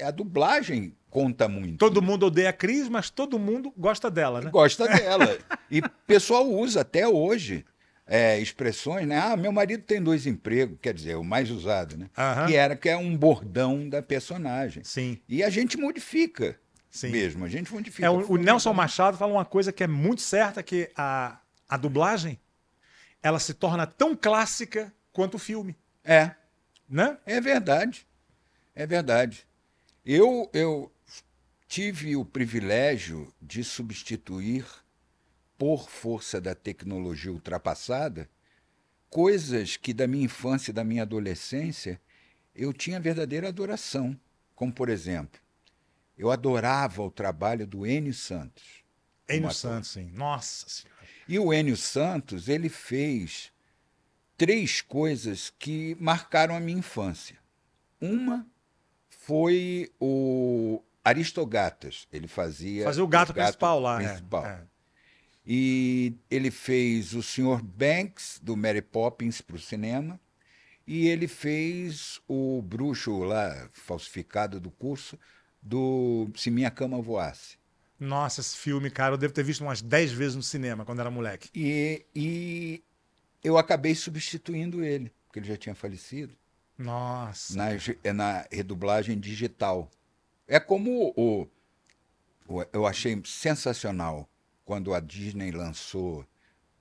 a dublagem conta muito. né? Todo mundo odeia a Cris, mas todo mundo gosta dela, <laughs> né? Gosta dela. e o pessoal usa até hoje é, expressões, né? Ah, meu marido tem dois empregos, quer dizer, o mais usado, né? Aham. Que era que é um bordão da personagem. Sim, E a gente modifica sim. mesmo, a gente modifica. É, o, o Nelson Machado fala uma coisa que é muito certa, que a, a dublagem ela se torna tão clássica quanto o filme, É, né? é verdade. É verdade. Eu, eu tive o privilégio de substituir, por força da tecnologia ultrapassada, coisas que da minha infância e da minha adolescência eu tinha verdadeira adoração. Como, por exemplo, eu adorava o trabalho do Enio Santos. Enio ator. Santos, sim. Nossa senhora. E o Enio Santos, ele fez três coisas que marcaram a minha infância. Uma foi o Aristogatas. Ele fazia. Fazer o gato, principal lá. né? É, principal. É. E ele fez o Sr. Banks, do Mary Poppins, para o cinema. E ele fez o bruxo lá, falsificado do curso, do Se Minha Cama Voasse. Nossa, esse filme, cara, eu devo ter visto umas 10 vezes no cinema quando era moleque. E, e eu acabei substituindo ele, porque ele já tinha falecido, Nossa. na, ge- é na redublagem digital. É como o, o- eu achei sensacional quando a Disney lançou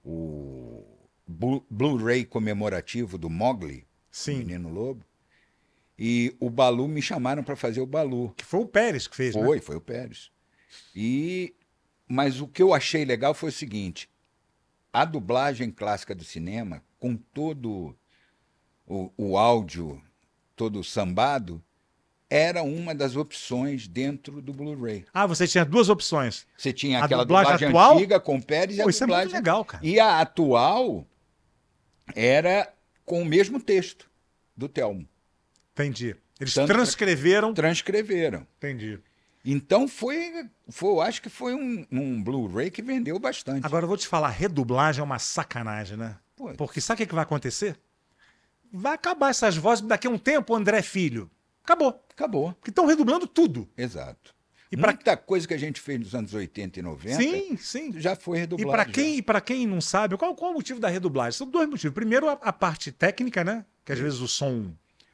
o Blu- Blu-ray comemorativo do Mowgli, o Sim. Menino Lobo, e o Balu me chamaram para fazer o Balu. Que foi o Pérez que fez, né? Foi, foi o Pérez. E mas o que eu achei legal foi o seguinte: a dublagem clássica do cinema, com todo o, o áudio todo sambado, era uma das opções dentro do Blu-ray. Ah, você tinha duas opções. Você tinha A aquela dublagem dublagem, atual? antiga com o Pérez e Pô, a isso é muito dublagem legal, cara. e a atual era com o mesmo texto do Telmo. Entendi. Eles Tanto- transcreveram. Transcreveram. Entendi. Então foi, foi, eu acho que foi um, um Blu-ray que vendeu bastante. Agora eu vou te falar, redublagem é uma sacanagem, né? Pô, Porque sabe o que, que vai acontecer? Vai acabar essas vozes daqui a um tempo, André Filho. Acabou. acabou. Porque estão redublando tudo. Exato. E E pra- Muita coisa que a gente fez nos anos 80 e 90 Sim, sim. já foi E redublada. para já. quem, e pra quem não Hum. sabe, qual, qual é o motivo da redublagem? São dois motivos. Primeiro, a, a parte técnica, né? Que às vezes o som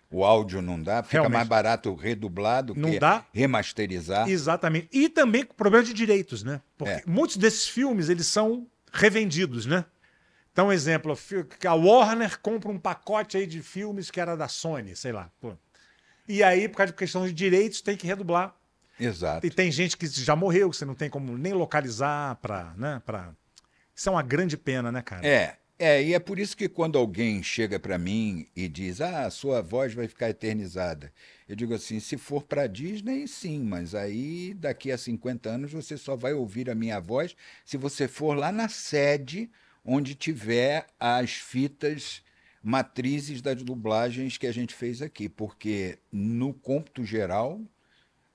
O áudio não dá, fica Realmente. mais barato redublado Não que dá? remasterizar. Exatamente. E também com problema de direitos, né? Porque Tá. É. muitos desses filmes, eles são revendidos, né? Então, exemplo, fi- a Warner compra um pacote aí de filmes que era da Sony, sei lá. pô. E aí, por causa de questão de direitos, tem que redublar. Exato. E tem gente que já morreu, que você não tem como nem localizar pra, né, pra... Isso é uma grande pena, né, cara? É, é, e é por isso que quando alguém chega para mim e diz, ah, a sua voz vai ficar eternizada, eu digo assim, se for para Disney, sim, mas aí daqui a 50 anos você só vai ouvir a minha voz se você for lá na sede onde tiver as fitas matrizes das dublagens que a gente fez aqui, porque no cômputo geral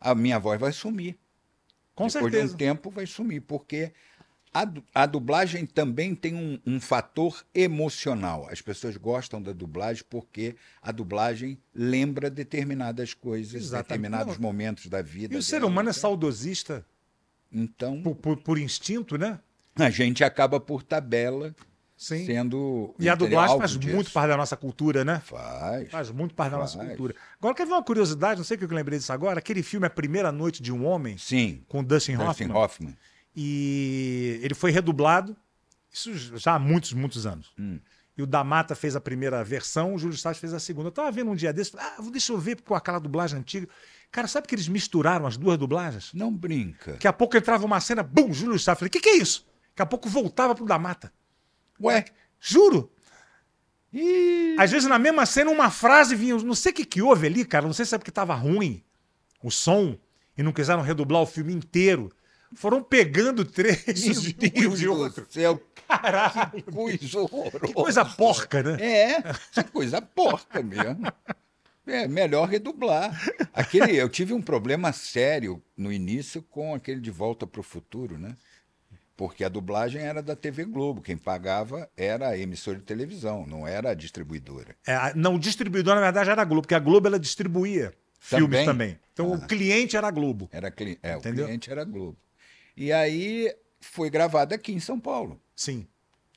a minha voz vai sumir. Com Depois de certeza. um tempo vai sumir, porque a, du- a dublagem também tem um, um fator emocional. As pessoas gostam da dublagem porque a dublagem lembra determinadas coisas, Exatamente. determinados Não. momentos da né? vida. E o ser dela. humano é saudosista Então, por, por- por instinto, né? a gente acaba por tabela Sim. sendo. E a entendeu, dublagem alvo faz disso. muito parte da nossa cultura, né? Faz. Faz muito parte da nossa Faz. cultura. Agora, quer ver uma curiosidade? Não sei que eu lembrei disso agora. Aquele filme A Primeira Noite de um Homem, Sim, com o Dustin Dustin Hoffman, Hoffman. e ele foi redublado, isso já há muitos, muitos anos. Hum. E o Damata fez a primeira versão, o Júlio Salles fez a segunda. Eu tava vendo um dia desse, ah, deixa eu ver com aquela dublagem antiga. Cara, sabe que eles misturaram as duas dublagens? Não brinca. Daqui a pouco entrava uma cena, bum, Júlio Salles. Falei, o que, que é isso? Daqui a pouco voltava pro Damata. Ué, Juro, ih, Às vezes na mesma cena uma frase vinha, não sei o que, que houve ali, cara, não sei se é porque tava ruim o som e não quiseram redublar o filme inteiro. Foram pegando trechos <laughs> de um Deus de outro. do céu, Caralho, coisa horrorosa. que coisa porca, né? É, essa coisa porca mesmo. É melhor redublar. Aquele, eu tive um problema sério no início com aquele de Volta para o Futuro, né? Porque a dublagem era da TV Globo, quem pagava era a emissora de televisão, não era a distribuidora. É, a- não, o distribuidor na verdade era a Globo, porque a Globo ela distribuía filmes também. Então Ah. o cliente era a Globo. Era cli- é, o Entendeu? cliente era a Globo. E aí foi gravada aqui em São Paulo, Sim.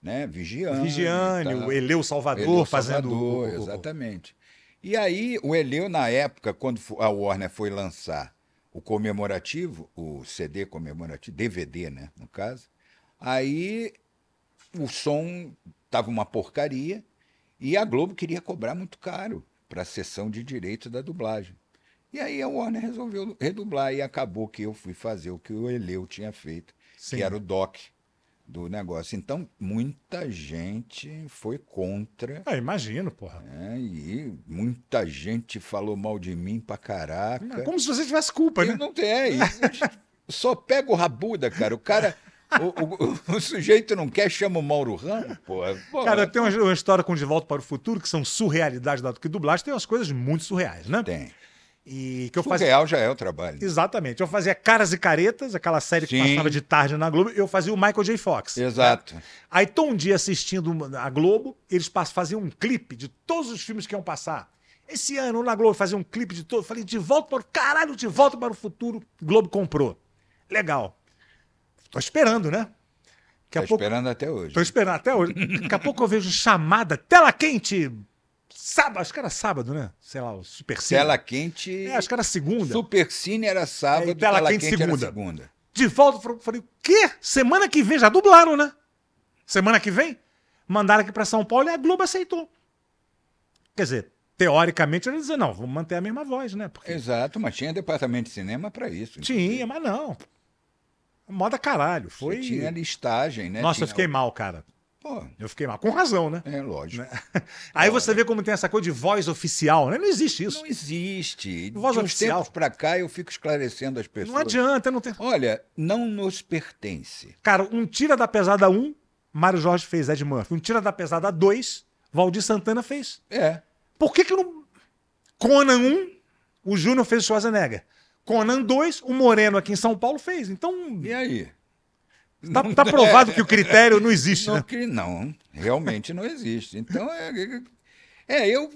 né? Vigiane. O Vigiane, o Eleu Salvador tá. Eleu fazendo o- Salvador, o- o- exatamente. E aí, o Eleu, na época, quando fo- a Warner foi lançar o comemorativo, o CD comemorativo, DVD, né, no caso, aí o som estava uma porcaria e a Globo queria cobrar muito caro para a sessão de direito da dublagem. E aí a Warner resolveu redublar e acabou que eu fui fazer o que o Eleu tinha feito, Sim. que era o doc do negócio. Então, muita gente foi contra Ah, imagino, porra. né? e muita gente falou mal de mim pra caraca. Como se você tivesse culpa, Né? Eu é né? não tenho. é Só pega o rabuda, cara. O cara. O, o- o sujeito não quer, chama o Mauro Ramos, pô. Pô, Cara, tem uma, uma história com De Volta para o Futuro, que são surrealidades da que dublagem, tem umas coisas muito surreais, né? tem. E que eu fazia. Surreal já é o trabalho. Exatamente. Eu fazia Caras e Caretas, aquela série que Sim. passava de tarde na Globo, eu fazia o Michael J. Fox. né? Exato. Aí tô um dia assistindo uma- a Globo, eles pas- faziam um clipe de todos os filmes que iam passar. Esse ano na Globo fazia um clipe de todos. Falei, de volta para o caralho, de volta para o futuro. Globo comprou. Legal. Tô esperando, né? Daqui Tá a pouco esperando até hoje. Tô esperando até hoje. Daqui a pouco eu vejo chamada, tela quente. Sábado, acho que era sábado, né? Sei lá, o Super Cine. Tela quente. É, acho que era segunda. Super Cine era sábado, É, e tela quente segunda. era segunda. De volta, pro- falei, o quê? Semana que vem, já dublaram, né? Semana que vem? Mandaram aqui pra São Paulo e a Globo aceitou. Quer dizer, teoricamente, eles dizer, não, vamos manter a mesma voz, né? Porque Exato, mas tinha departamento de cinema pra isso. tinha, mas não. Moda caralho. Foi. Foi... Tinha listagem, né? Nossa, Tinha- eu fiquei mal, cara. Pô, Eu fiquei mal. Com razão, né? é lógico. Aí você vê como tem essa coisa de voz oficial, né? Não existe isso. Não existe. <laughs> Voz de uns oficial. tempos pra cá eu fico esclarecendo as pessoas. Não adianta, não tem. Olha, não nos pertence. Cara, um tira da pesada 1, Mário Jorge fez Ed Murphy. Um tira da pesada 2, Valdir Santana fez. É. Por que que não. Conan 1, o Júnior fez o Schwarzenegger. Conan 2, o Moreno aqui em São Paulo fez. Então, E aí? tá, tá provado que o critério não existe, Não, né? que- não, realmente não existe. Então, é, é, eu,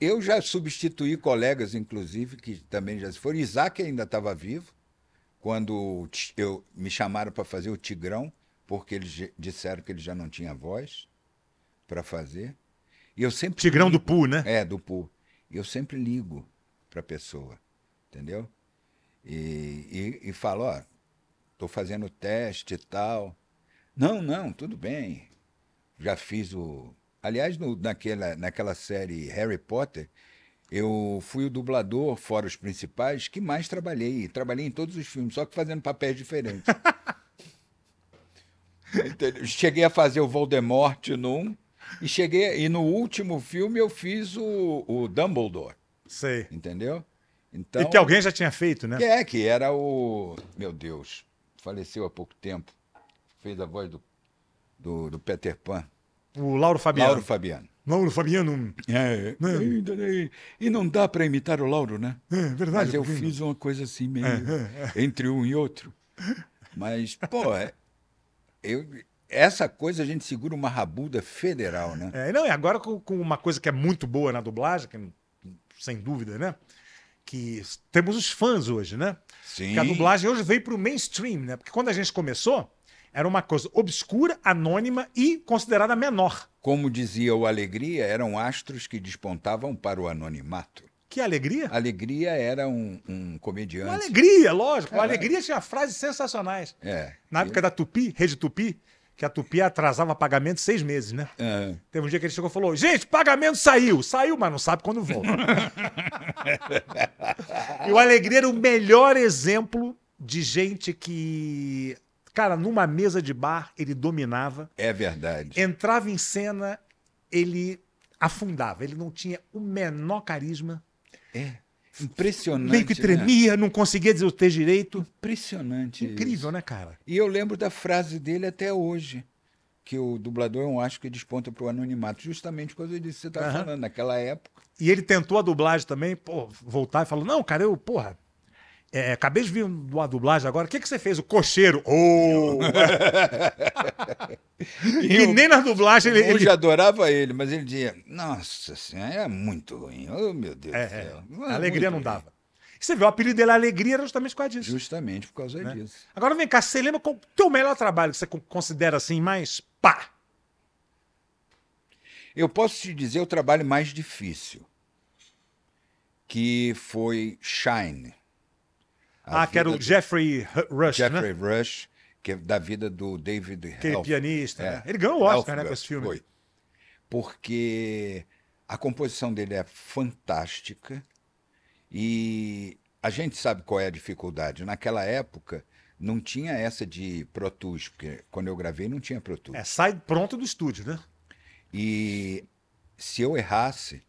eu já substituí colegas, inclusive, que também já se foram. Isaac ainda estava vivo, quando o Ti- eu, me chamaram para fazer o Tigrão, porque eles já- disseram que ele já não tinha voz para fazer. E eu sempre Tigrão do Poo, né? É, do Poo. E eu sempre ligo para a pessoa, entendeu? E, e, e falo, ó, estou fazendo teste e tal. Não, não, tudo bem. Já fiz o. Aliás, no, naquela, naquela série Harry Potter, eu fui o dublador, fora os principais, que mais trabalhei. Trabalhei em todos os filmes, só que fazendo papéis diferentes. Entendeu? cheguei a fazer o Voldemort num, e cheguei e no último filme eu fiz o, o Dumbledore, Sei. entendeu? Então, e que alguém já tinha feito, né? que é, que era o. Meu Deus, faleceu há pouco tempo. Fez a voz do, do, do Peter Pan. O Lauro Fabiano. Lauro Fabiano. Lauro Fabiano. hum. É, e- e não dá para imitar o Lauro, né? É verdade. Mas eu porque- É, fiz uma coisa assim meio entre um e outro. Mas, pô, é- eu, essa coisa a gente segura uma rabuda federal, né? É, não, e agora com, com uma coisa que é muito boa na dublagem, que, sem dúvida, né? Que s- temos os fãs hoje, né? Sim. Porque a dublagem hoje veio pro mainstream, né? Porque quando a gente começou, era uma coisa obscura, anônima e considerada menor. Como dizia o Alegria, eram astros que despontavam para o anonimato. Que alegria! Ah, Alegria era um, um comediante. Uma alegria, lógico. A alegria tinha frases sensacionais. É. Na época da Tupi, Rede Tupi, que a Tupi atrasava pagamento seis meses, né? Ah, Teve um dia que ele chegou e falou: Gente, pagamento saiu! Saiu, mas não sabe quando volta. e o Alegria era o melhor exemplo de gente que, cara, numa mesa de bar, ele dominava, é verdade. entrava em cena, ele afundava, ele não tinha o menor carisma, Impressionante. É, meio que né? tremia, não conseguia dizer o texto direito. Impressionante. Incrível, né, cara? E eu lembro da frase dele até hoje, que o dublador é um astro que desponta para o anonimato, justamente coisa disso que você está Aham. falando, naquela <laughs> época. E ele tentou a dublagem também, pô, voltar e falou: Não, cara, eu, porra, é, acabei de vir uma dublagem agora. O que, que você fez? O cocheiro. Oh! <laughs> e o- nem na dublagem ele. Eu ele- já adorava ele, mas ele dizia, nossa senhora, era muito ruim, oh meu Deus É, do é. céu. A <laughs> alegria não Muito ruim." dava. E você viu, o apelido dele, Alegria, era justamente por causa disso. Justamente por causa Né? disso. Agora vem cá, você lembra qual o teu melhor trabalho que você con- considera assim, mais pá? Eu posso te dizer o trabalho mais difícil, que foi Shine. A ah, que era o vida do Jeffrey H- Rush, né? Jeffrey Rush, que é da vida do David Aquele Helf- pianista. né? É. Ele ganhou o Oscar, Elfberg, né, com esse filme. Foi. Porque a composição dele é fantástica e a gente sabe qual é a dificuldade. Naquela época não tinha essa de Pro Tools, porque quando eu gravei não tinha Pro Tools. É, sai pronto do estúdio, né? E se eu errasse,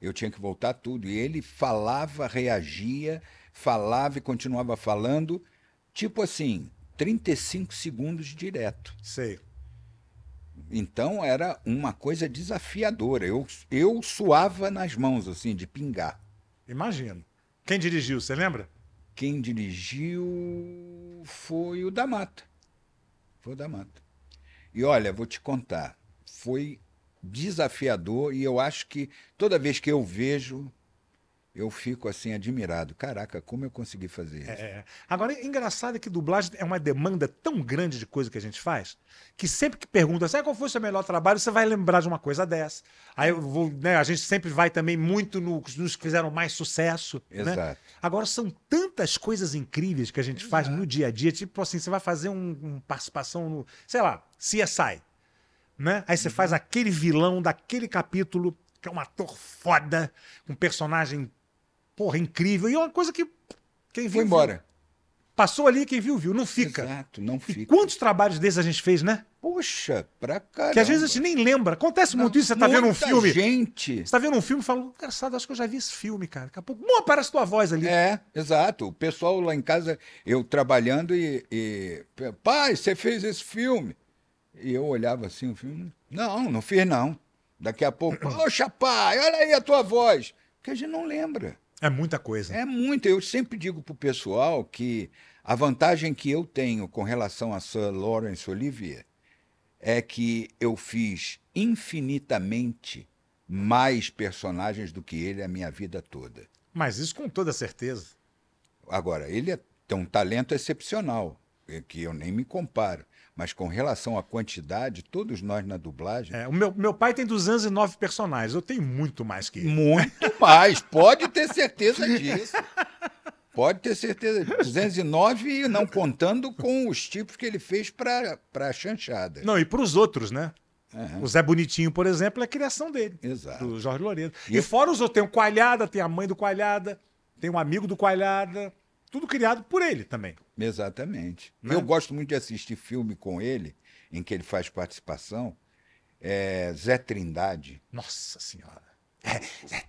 eu tinha que voltar tudo. E ele falava, reagia, falava e continuava falando, tipo assim, 35 segundos direto. Sei. Então era uma coisa desafiadora. Eu, eu suava nas mãos, assim, de pingar. Imagino. Quem dirigiu, você lembra? Quem dirigiu foi o da Mata. Foi o da Mata. E olha, vou te contar, foi desafiador e eu acho que toda vez que eu vejo, eu fico assim admirado. Caraca, como eu consegui fazer isso? É. Agora, é engraçado que dublagem é uma demanda tão grande de coisa que a gente faz, que sempre que pergunta assim, "Ah, qual foi o seu melhor trabalho, você vai lembrar de uma coisa dessa. Aí eu vou, né, a gente sempre vai também muito no- nos que fizeram mais sucesso. né? Exato. Agora, são tantas coisas incríveis que a gente é. faz no dia a dia, tipo assim, você vai fazer um- uma participação no, sei lá, CSI. Né? Aí você Uhum. faz aquele vilão daquele capítulo, que é um ator foda, um personagem, porra, incrível. E é uma coisa que quem viu, Foi viu. embora. Passou ali, quem viu, viu. Não fica. Exato, não E fica. quantos trabalhos desses a gente fez, né? Poxa, pra caramba. Que às vezes a gente nem lembra. Acontece muito isso. Você tá vendo um Muita filme. gente. Você tá vendo um filme e fala, engraçado, acho que eu já vi esse filme, cara. Daqui a pouco, bom, aparece tua voz ali. É, exato. O pessoal lá em casa, eu trabalhando e, e, Pai, você fez esse filme? E eu olhava assim o filme. Não, não fiz não. Daqui a pouco, poxa, pai, olha aí a tua voz. Porque a gente não lembra. É muita coisa. É muito. Eu sempre digo pro pessoal que a vantagem que eu tenho com relação a Sir Lawrence Olivier é que eu fiz infinitamente mais personagens do que ele a minha vida toda. Mas isso com toda certeza. é, Agora, ele é- tem um talento excepcional, eh, que eu nem me comparo. Mas com relação à quantidade, todos nós na dublagem. É, o meu, meu pai tem 209 personagens, eu tenho muito mais que ele. Muito <laughs> mais, pode ter certeza <laughs> disso. Pode ter certeza. 209 e não contando com os tipos que ele fez para a chanchada. Não, e para os outros, né? Aham. O Zé Bonitinho, por exemplo, é a criação dele, Exato. do Jorge Loureiro. E E, eu- fora os outros, tem o Coalhada, tem a mãe do Coalhada, tem um amigo do Coalhada, tudo criado por ele também. Exatamente. Né? Eu gosto muito de assistir filme com ele, em que ele faz participação. É Zé Trindade, Nossa Senhora.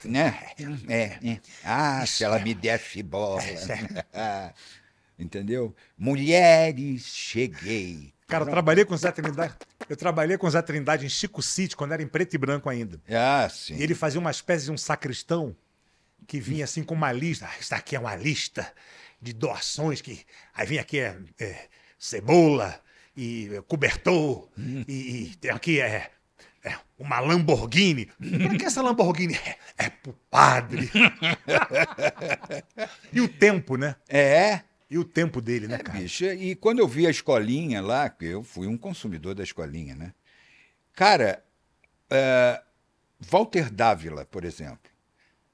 né? Uhum. É, é. Ah, se ela me desse <laughs> bola. é <laughs> Entendeu? Mulheres, cheguei. Cara, eu trabalhei com o Zé Trindade. Eu trabalhei com o Zé Trindade em Chico City, quando era em preto e branco ainda. Ah, sim. E ele fazia uma espécie de um sacristão que vinha assim com uma lista. Ah, isso aqui é uma lista de doações que. Aí vinha aqui é, é cebola e é, cobertor e, e tem aqui é, é uma Lamborghini. Pra que essa Lamborghini? É, é pro padre. <laughs> e o tempo, né? É, E o tempo dele, né, cara? bicho. E quando eu vi a escolinha lá, que eu fui um consumidor da escolinha, né? Cara, é, Walter Dávila, por exemplo.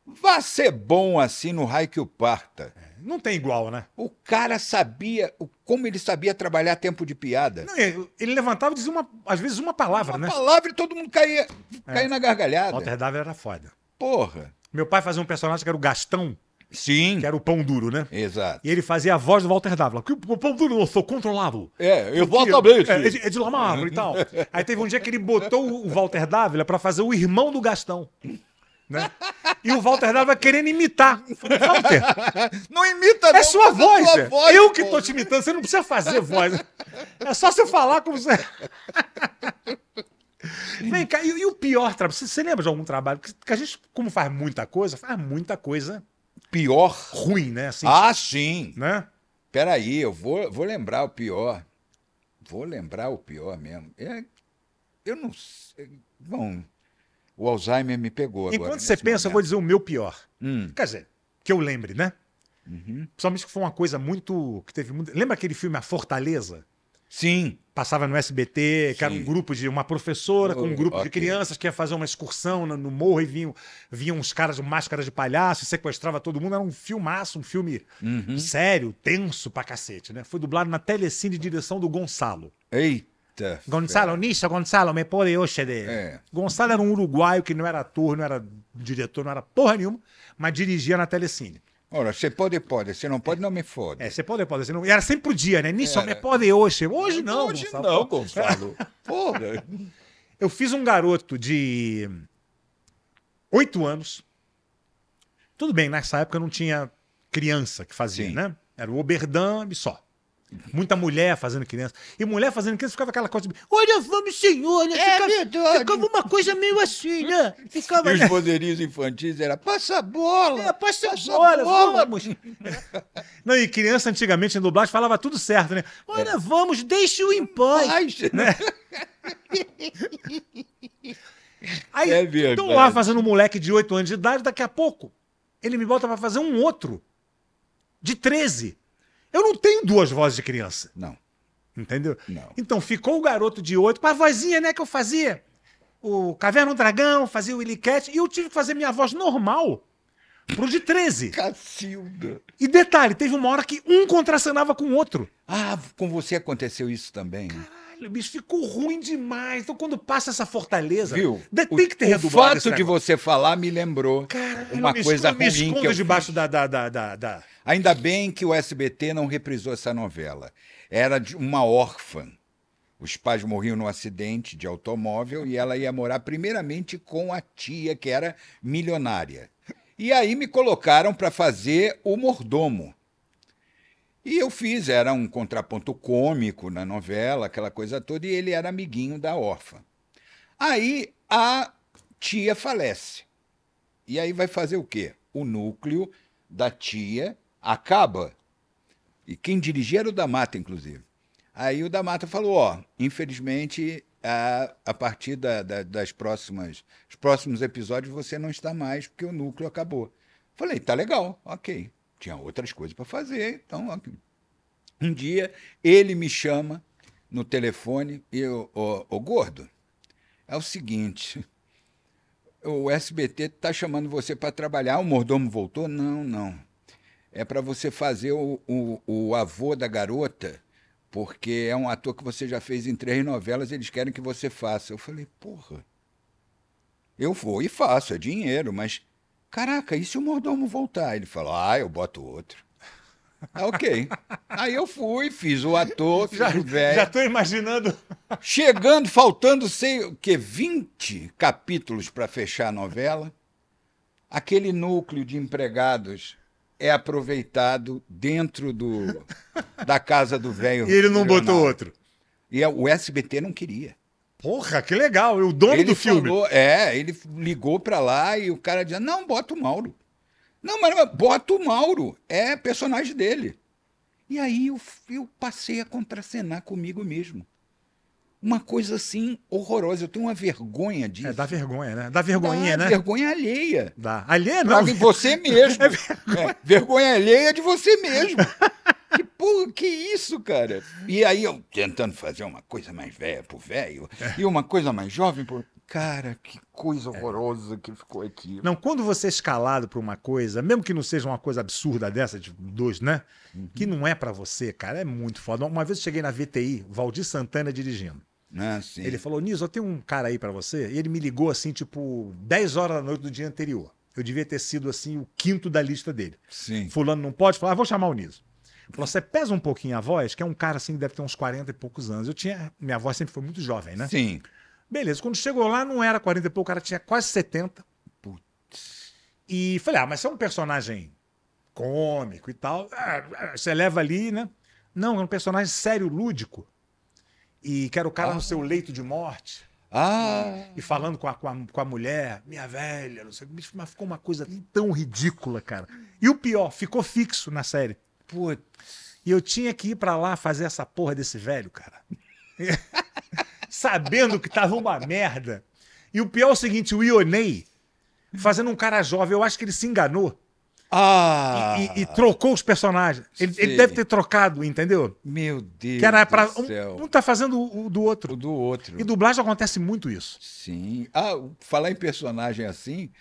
Vá ser bom assim no raio que o parta. Não tem igual, né? O cara sabia o- como ele sabia trabalhar tempo de piada. Não, ele- ele levantava e dizia uma, às vezes uma palavra, Uma né? É. palavra e todo mundo caía, caía na gargalhada. Walter Dávila era foda. Porra. Meu pai fazia um personagem que era o Gastão, Sim. que era o pão duro, né? Exato. E ele fazia a voz do Walter Dávila. Que o pão duro eu sou controlado. É, eu Porque volto a ver. É, é de, é de Lamarro e tal. Aí teve um dia que ele botou o- o Walter Dávila pra fazer o irmão do Gastão. Né? E o Walter Dávila querendo imitar. Eu falei, Walter, é, <laughs> Não imita, não. é sua faz a é voz, tua Zé. Eu que pô. tô te imitando, você não precisa fazer voz. É só você falar como você. <laughs> Vem cá, e, e o pior trabalho? Você, você lembra de algum trabalho? Porque porque a gente, como faz muita coisa, faz muita coisa Pior. ruim, né? Assim, Ah, sim. né? Peraí, eu vou, vou lembrar o pior. Vou lembrar o pior mesmo. É, eu não sei. Bom, o Alzheimer me pegou agora. Enquanto você nesse pensa, eu vou momento. dizer o meu pior. Hum, Quer dizer, que eu lembre, né? Uhum. Principalmente que foi uma coisa muito. que teve muito. Lembra aquele filme A Fortaleza? Sim, Passava no SBT, que era Sim. um grupo de uma professora com um Oh, grupo ok. de crianças que ia fazer uma excursão no, no morro e vinham, vinham uns caras de máscara de palhaço e sequestrava todo mundo. Era um filmaço, um filme Uhum. sério, tenso pra cacete, né? Foi dublado na Telecine, direção do Gonçalo. eita. Gonçalo, nisso, Gonçalo, me pode hoje de... É. Gonçalo era um uruguaio que não era ator, não era diretor, não era porra nenhuma, mas dirigia na Telecine. Olha, você pode, pode. Você não pode, não me fode. É, você pode, pode. Você não... E era sempre o dia, né? Nisso, Era. me pode hoje. Hoje não, Hoje Gonçalo. não, <laughs> Gonçalo. Porra. Eu fiz um garoto de oito anos. Tudo bem, nessa época não tinha criança que fazia, Sim. né? Era o Oberdan e só. Muita mulher fazendo criança. E mulher fazendo criança ficava aquela coisa de. Olha, vamos, senhor, né? É Ficava, verdade. ficava uma coisa meio assim, né? Ficava. E os poderes infantis era passa a bola. É, passa agora, bola. vamos. Não, e criança antigamente em dublagem falava tudo certo, né? Olha, É. vamos, deixe-o em paz. Mas, Né? Aí, É verdade. tô lá fazendo um moleque de 8 anos de idade, daqui a pouco ele me bota pra fazer um outro de 13. Eu não tenho duas vozes de criança, Não, entendeu? não. Então ficou o garoto de 8 com a vozinha, né, que eu fazia. O Caverna do Dragão, fazia o Willy Cat, e eu tive que fazer minha voz normal pro de 13. Cacilda. E detalhe, teve uma hora que um contracenava com o outro. Ah, com você aconteceu isso também. né? Caralho, bicho, ficou ruim demais. Então quando passa essa fortaleza, Viu? de- O- tem que ter o redublado esse fato de negócio. você falar me lembrou Caralho, uma eu me coisa escondo- eu me ruim escondo que eu debaixo fiz. da, da, da, da, da- Ainda bem que o SBT não reprisou essa novela. Era de uma órfã. Os pais morriam num acidente de automóvel e ela ia morar primeiramente com a tia, que era milionária. E aí me colocaram para fazer o mordomo. E eu fiz, era um contraponto cômico na novela, aquela coisa toda, e ele era amiguinho da órfã. Aí a tia falece. E aí vai fazer o quê? O núcleo da tia acaba. E quem dirigia era o da Mata, inclusive. Aí o da Mata falou: ó, infelizmente, a, a partir da, da- das próximas, os próximos episódios você não está mais, porque o núcleo acabou. Falei: tá legal, ok. Tinha outras coisas para fazer, então, ok. Um dia ele me chama no telefone e eu, ô, ô, gordo, é o seguinte, o SBT tá chamando você para trabalhar, o mordomo voltou? Não, não. É para você fazer o, o, o avô da garota, porque é um ator que você já fez em três novelas, eles querem que você faça. Eu falei, porra, eu vou e faço, é dinheiro, mas caraca, e se o mordomo voltar? Ele falou, ah, eu boto outro. <laughs> Ah, ok. Aí eu fui, fiz o ator, fiz Já, o velho. já tô imaginando. Chegando, faltando, sei o quê, 20 capítulos para fechar a novela, aquele núcleo de empregados é aproveitado dentro do, da casa do velho. E ele não regional. botou outro. E a- o SBT não queria. Porra, que legal. E O dono ele do filme. Falou, é, ele ligou para lá e o cara dizia, não, bota o Mauro. Não, mas mas bota o Mauro, é personagem dele. E aí eu, eu passei a contracenar comigo mesmo. Uma coisa assim horrorosa, eu tenho uma vergonha disso. É, dá vergonha, né? Dá vergonhinha, Dá né? Vergonha alheia. Dá. Alheia não. Paga em <laughs> você mesmo. É vergonha. alheia de você mesmo. que porra, que isso, cara? E aí eu tentando fazer uma coisa mais velha pro velho É. e uma coisa mais jovem pro. Cara, que coisa horrorosa que ficou aqui. Não, quando você é escalado pra uma coisa, mesmo que não seja uma coisa absurda dessa, de dois, né? Uhum. Que não é pra você, cara, é muito foda. Uma vez eu cheguei na VTI, Valdir Santana dirigindo. Ah, sim. Ele falou, Niso, eu tenho um cara aí pra você. E ele me ligou assim, tipo, 10 horas da noite do dia anterior. Eu devia ter sido, assim, o quinto da lista dele. Sim. Fulano não pode falar, ah, vou chamar o Niso. Falou, você pesa um pouquinho a voz, que é um cara assim que deve ter uns 40 e poucos anos. Eu tinha. Minha voz sempre foi muito jovem, né? Sim. Beleza, quando chegou lá não era 40 e pouco, o cara tinha quase 70. Putz. E falei, ah, mas você é um personagem cômico e tal. ah, ah, Você leva ali, né? Não, é um personagem sério, lúdico. E que era o cara no seu leito de morte. Ah, E falando com a, com, a, com a mulher, minha velha, não sei o que. bicho, Mas ficou uma coisa tão ridícula, cara. E o pior, ficou fixo na série. putz. E eu tinha que ir pra lá fazer essa porra desse velho, cara. <laughs> Sabendo que tava uma merda. E o pior é o seguinte, o Ionei, fazendo um cara jovem, eu acho que ele se enganou Ah, e, e trocou os personagens. Ele, ele Sim. deve ter trocado, entendeu? meu Deus Que era pra. do céu. Um, um tá fazendo o, o do O outro. do outro. E dublagem acontece muito isso. Sim. Ah, falar em personagem assim,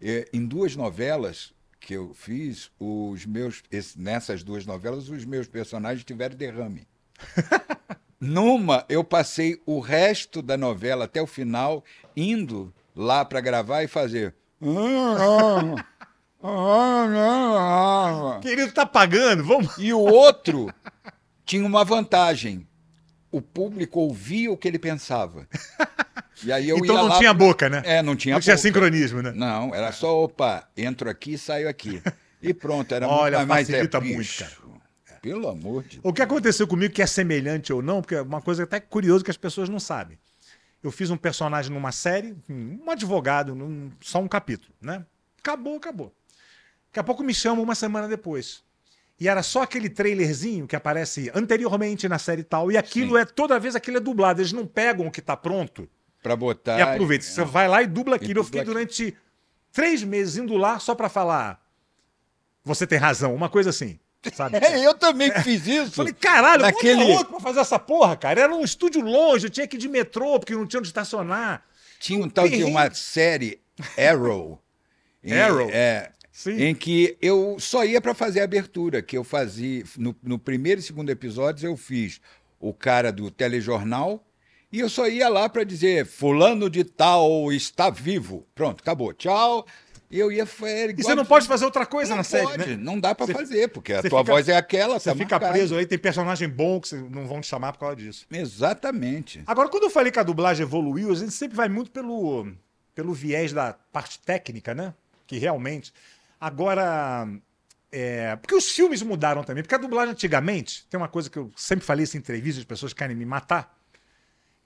eh, em duas novelas que eu fiz, os meus esse- nessas duas novelas, os meus personagens tiveram <laughs> derrame. Numa, eu passei o resto da novela até o final indo lá para gravar e fazer. Ah. Querido, tá pagando, vamos. E o outro tinha uma vantagem. O público ouvia o que ele <laughs> pensava. E aí eu então ia não lá tinha boca, né? é, não tinha não tinha boca. sincronismo, né? Não, era só, opa, entro aqui e saio aqui. E pronto, era Olha, muito mais é facilita muito, Pelo amor de Deus. O que aconteceu comigo, que é semelhante ou não, porque é uma coisa até curiosa que as pessoas não sabem. Eu fiz um personagem numa série, um advogado, num- só um capítulo, né? Acabou, acabou. Daqui a pouco me chamam uma semana depois. E era só aquele trailerzinho que aparece anteriormente na série e tal. E aquilo Sim. é, toda vez aquilo é dublado. Eles não pegam o que tá pronto Pra botar. é. e aproveita. Você vai lá e dubla aquilo. eu dubla fiquei aquilo. durante três meses indo lá só pra falar. Você tem razão, uma coisa assim. <laughs> Sabe? É, eu também fiz isso. Falei, caralho, é Naquele- Naquele... bota outro tá pra fazer essa porra, cara. Era um estúdio longe, eu tinha que ir de metrô, porque não tinha onde estacionar. Tinha um tal de uma série Arrow. em- Arrow? É. Sim. Em que eu só ia pra fazer a abertura, que eu fazia. No, no primeiro e segundo episódios eu fiz o cara do telejornal e eu só ia lá pra dizer: Fulano de Tal está vivo. Pronto, acabou, tchau. E eu ia. era E igual- você não pode fazer outra coisa não na série, pode, né? Não dá pra Você- fazer, porque a você tua fica- voz é aquela, Você tá fica marcada. preso aí, tem personagem bom que você não vão te chamar por causa disso. Exatamente. Agora, quando eu falei que a dublagem evoluiu, a gente sempre vai muito pelo, pelo viés da parte técnica, né? Que realmente. Agora. é, porque os filmes mudaram também. Porque a dublagem antigamente, tem uma coisa que eu sempre falei isso em entrevistas, as pessoas querem me matar,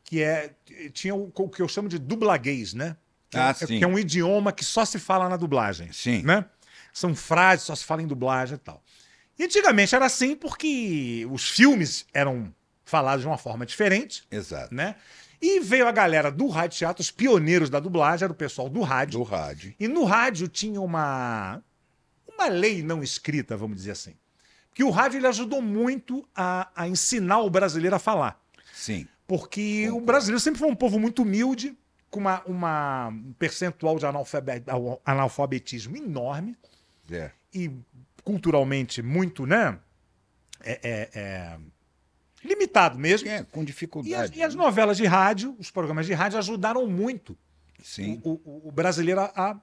que é. Tinha o, o que eu chamo de dublaguês, né? Que, Ah, é, sim. que é um idioma que só se fala na dublagem. Sim. Né? São frases, só se fala em dublagem e tal. E antigamente era assim porque os filmes eram falados de uma forma diferente Exato. né? E veio a galera do rádio teatro, os pioneiros da dublagem, era o pessoal do rádio. Do rádio. E no rádio tinha uma uma lei não escrita, vamos dizer assim. Que o rádio ele ajudou muito a, a ensinar o brasileiro a falar. Sim. Porque o brasileiro sempre foi um povo muito humilde, com uma, uma- um percentual de analfabe- al- analfabetismo enorme É. e culturalmente muito, né? É, é- é, limitado mesmo. É, com E as, dificuldade. e as novelas de rádio, os programas de rádio ajudaram muito Sim. o, o- o brasileiro a- a,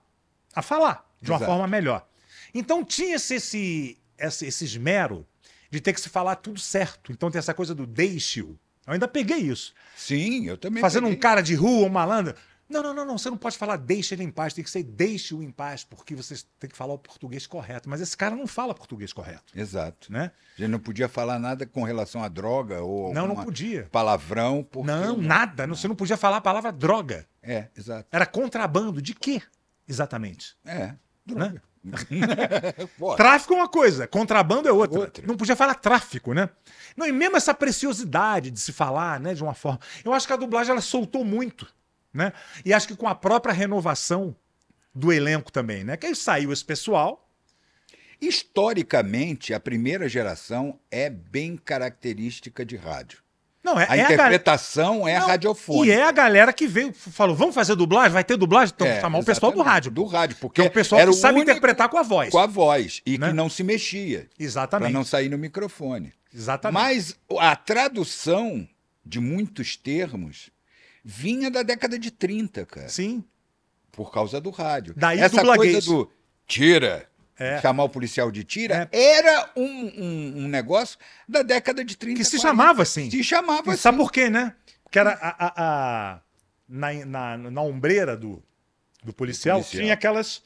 a falar de uma Exato. forma melhor. Então tinha-se esse, esse, esse esmero de ter que se falar tudo certo. Então tem essa coisa do deixe-o. Eu ainda peguei isso. Sim, eu também. Fazendo um peguei. cara de rua, um malandro. Não, não, não, não, você não pode falar deixa ele em paz, tem que ser deixe-o em paz, porque você tem que falar o português correto. Mas esse cara não fala português correto, Exato. né? Ele não podia falar nada com relação à droga ou Não, não alguma podia. palavrão. Porque Não, nada. Não, você não podia falar a palavra droga. É, exato. Era contrabando. De quê? Exatamente. <laughs> É. <laughs> Né? Pô, Tráfico é uma coisa, contrabando é outra. Outra. Não podia falar tráfico, né? Não, e mesmo essa preciosidade de se falar, né, de uma forma. Eu acho que a dublagem ela soltou muito, né? E acho que com a própria renovação do elenco também, né? Que aí saiu esse pessoal. Historicamente, a primeira geração é bem característica de rádio. Não, A é, é galera. interpretação é Não, radiofônica. E é a galera que veio, falou: vamos fazer dublagem? Vai ter dublagem? Então, É, chamar o pessoal do exatamente, rádio. Do rádio, porque que é o pessoal era que sabe único interpretar com a voz. com a voz e Né? que não se mexia para Exatamente. não sair no microfone. Exatamente. Mas a tradução de muitos termos vinha da década de 30, cara, Sim. por causa do rádio. Daí Essa dublaguês. coisa do tira, É. chamar o policial de tira, era um, um- um negócio da década de 30. Que se 40. chamava assim. Se chamava E sabe por quê, né? Porque era a, a- a- na, na, na ombreira do, do policial, Do policial. tinha aquelas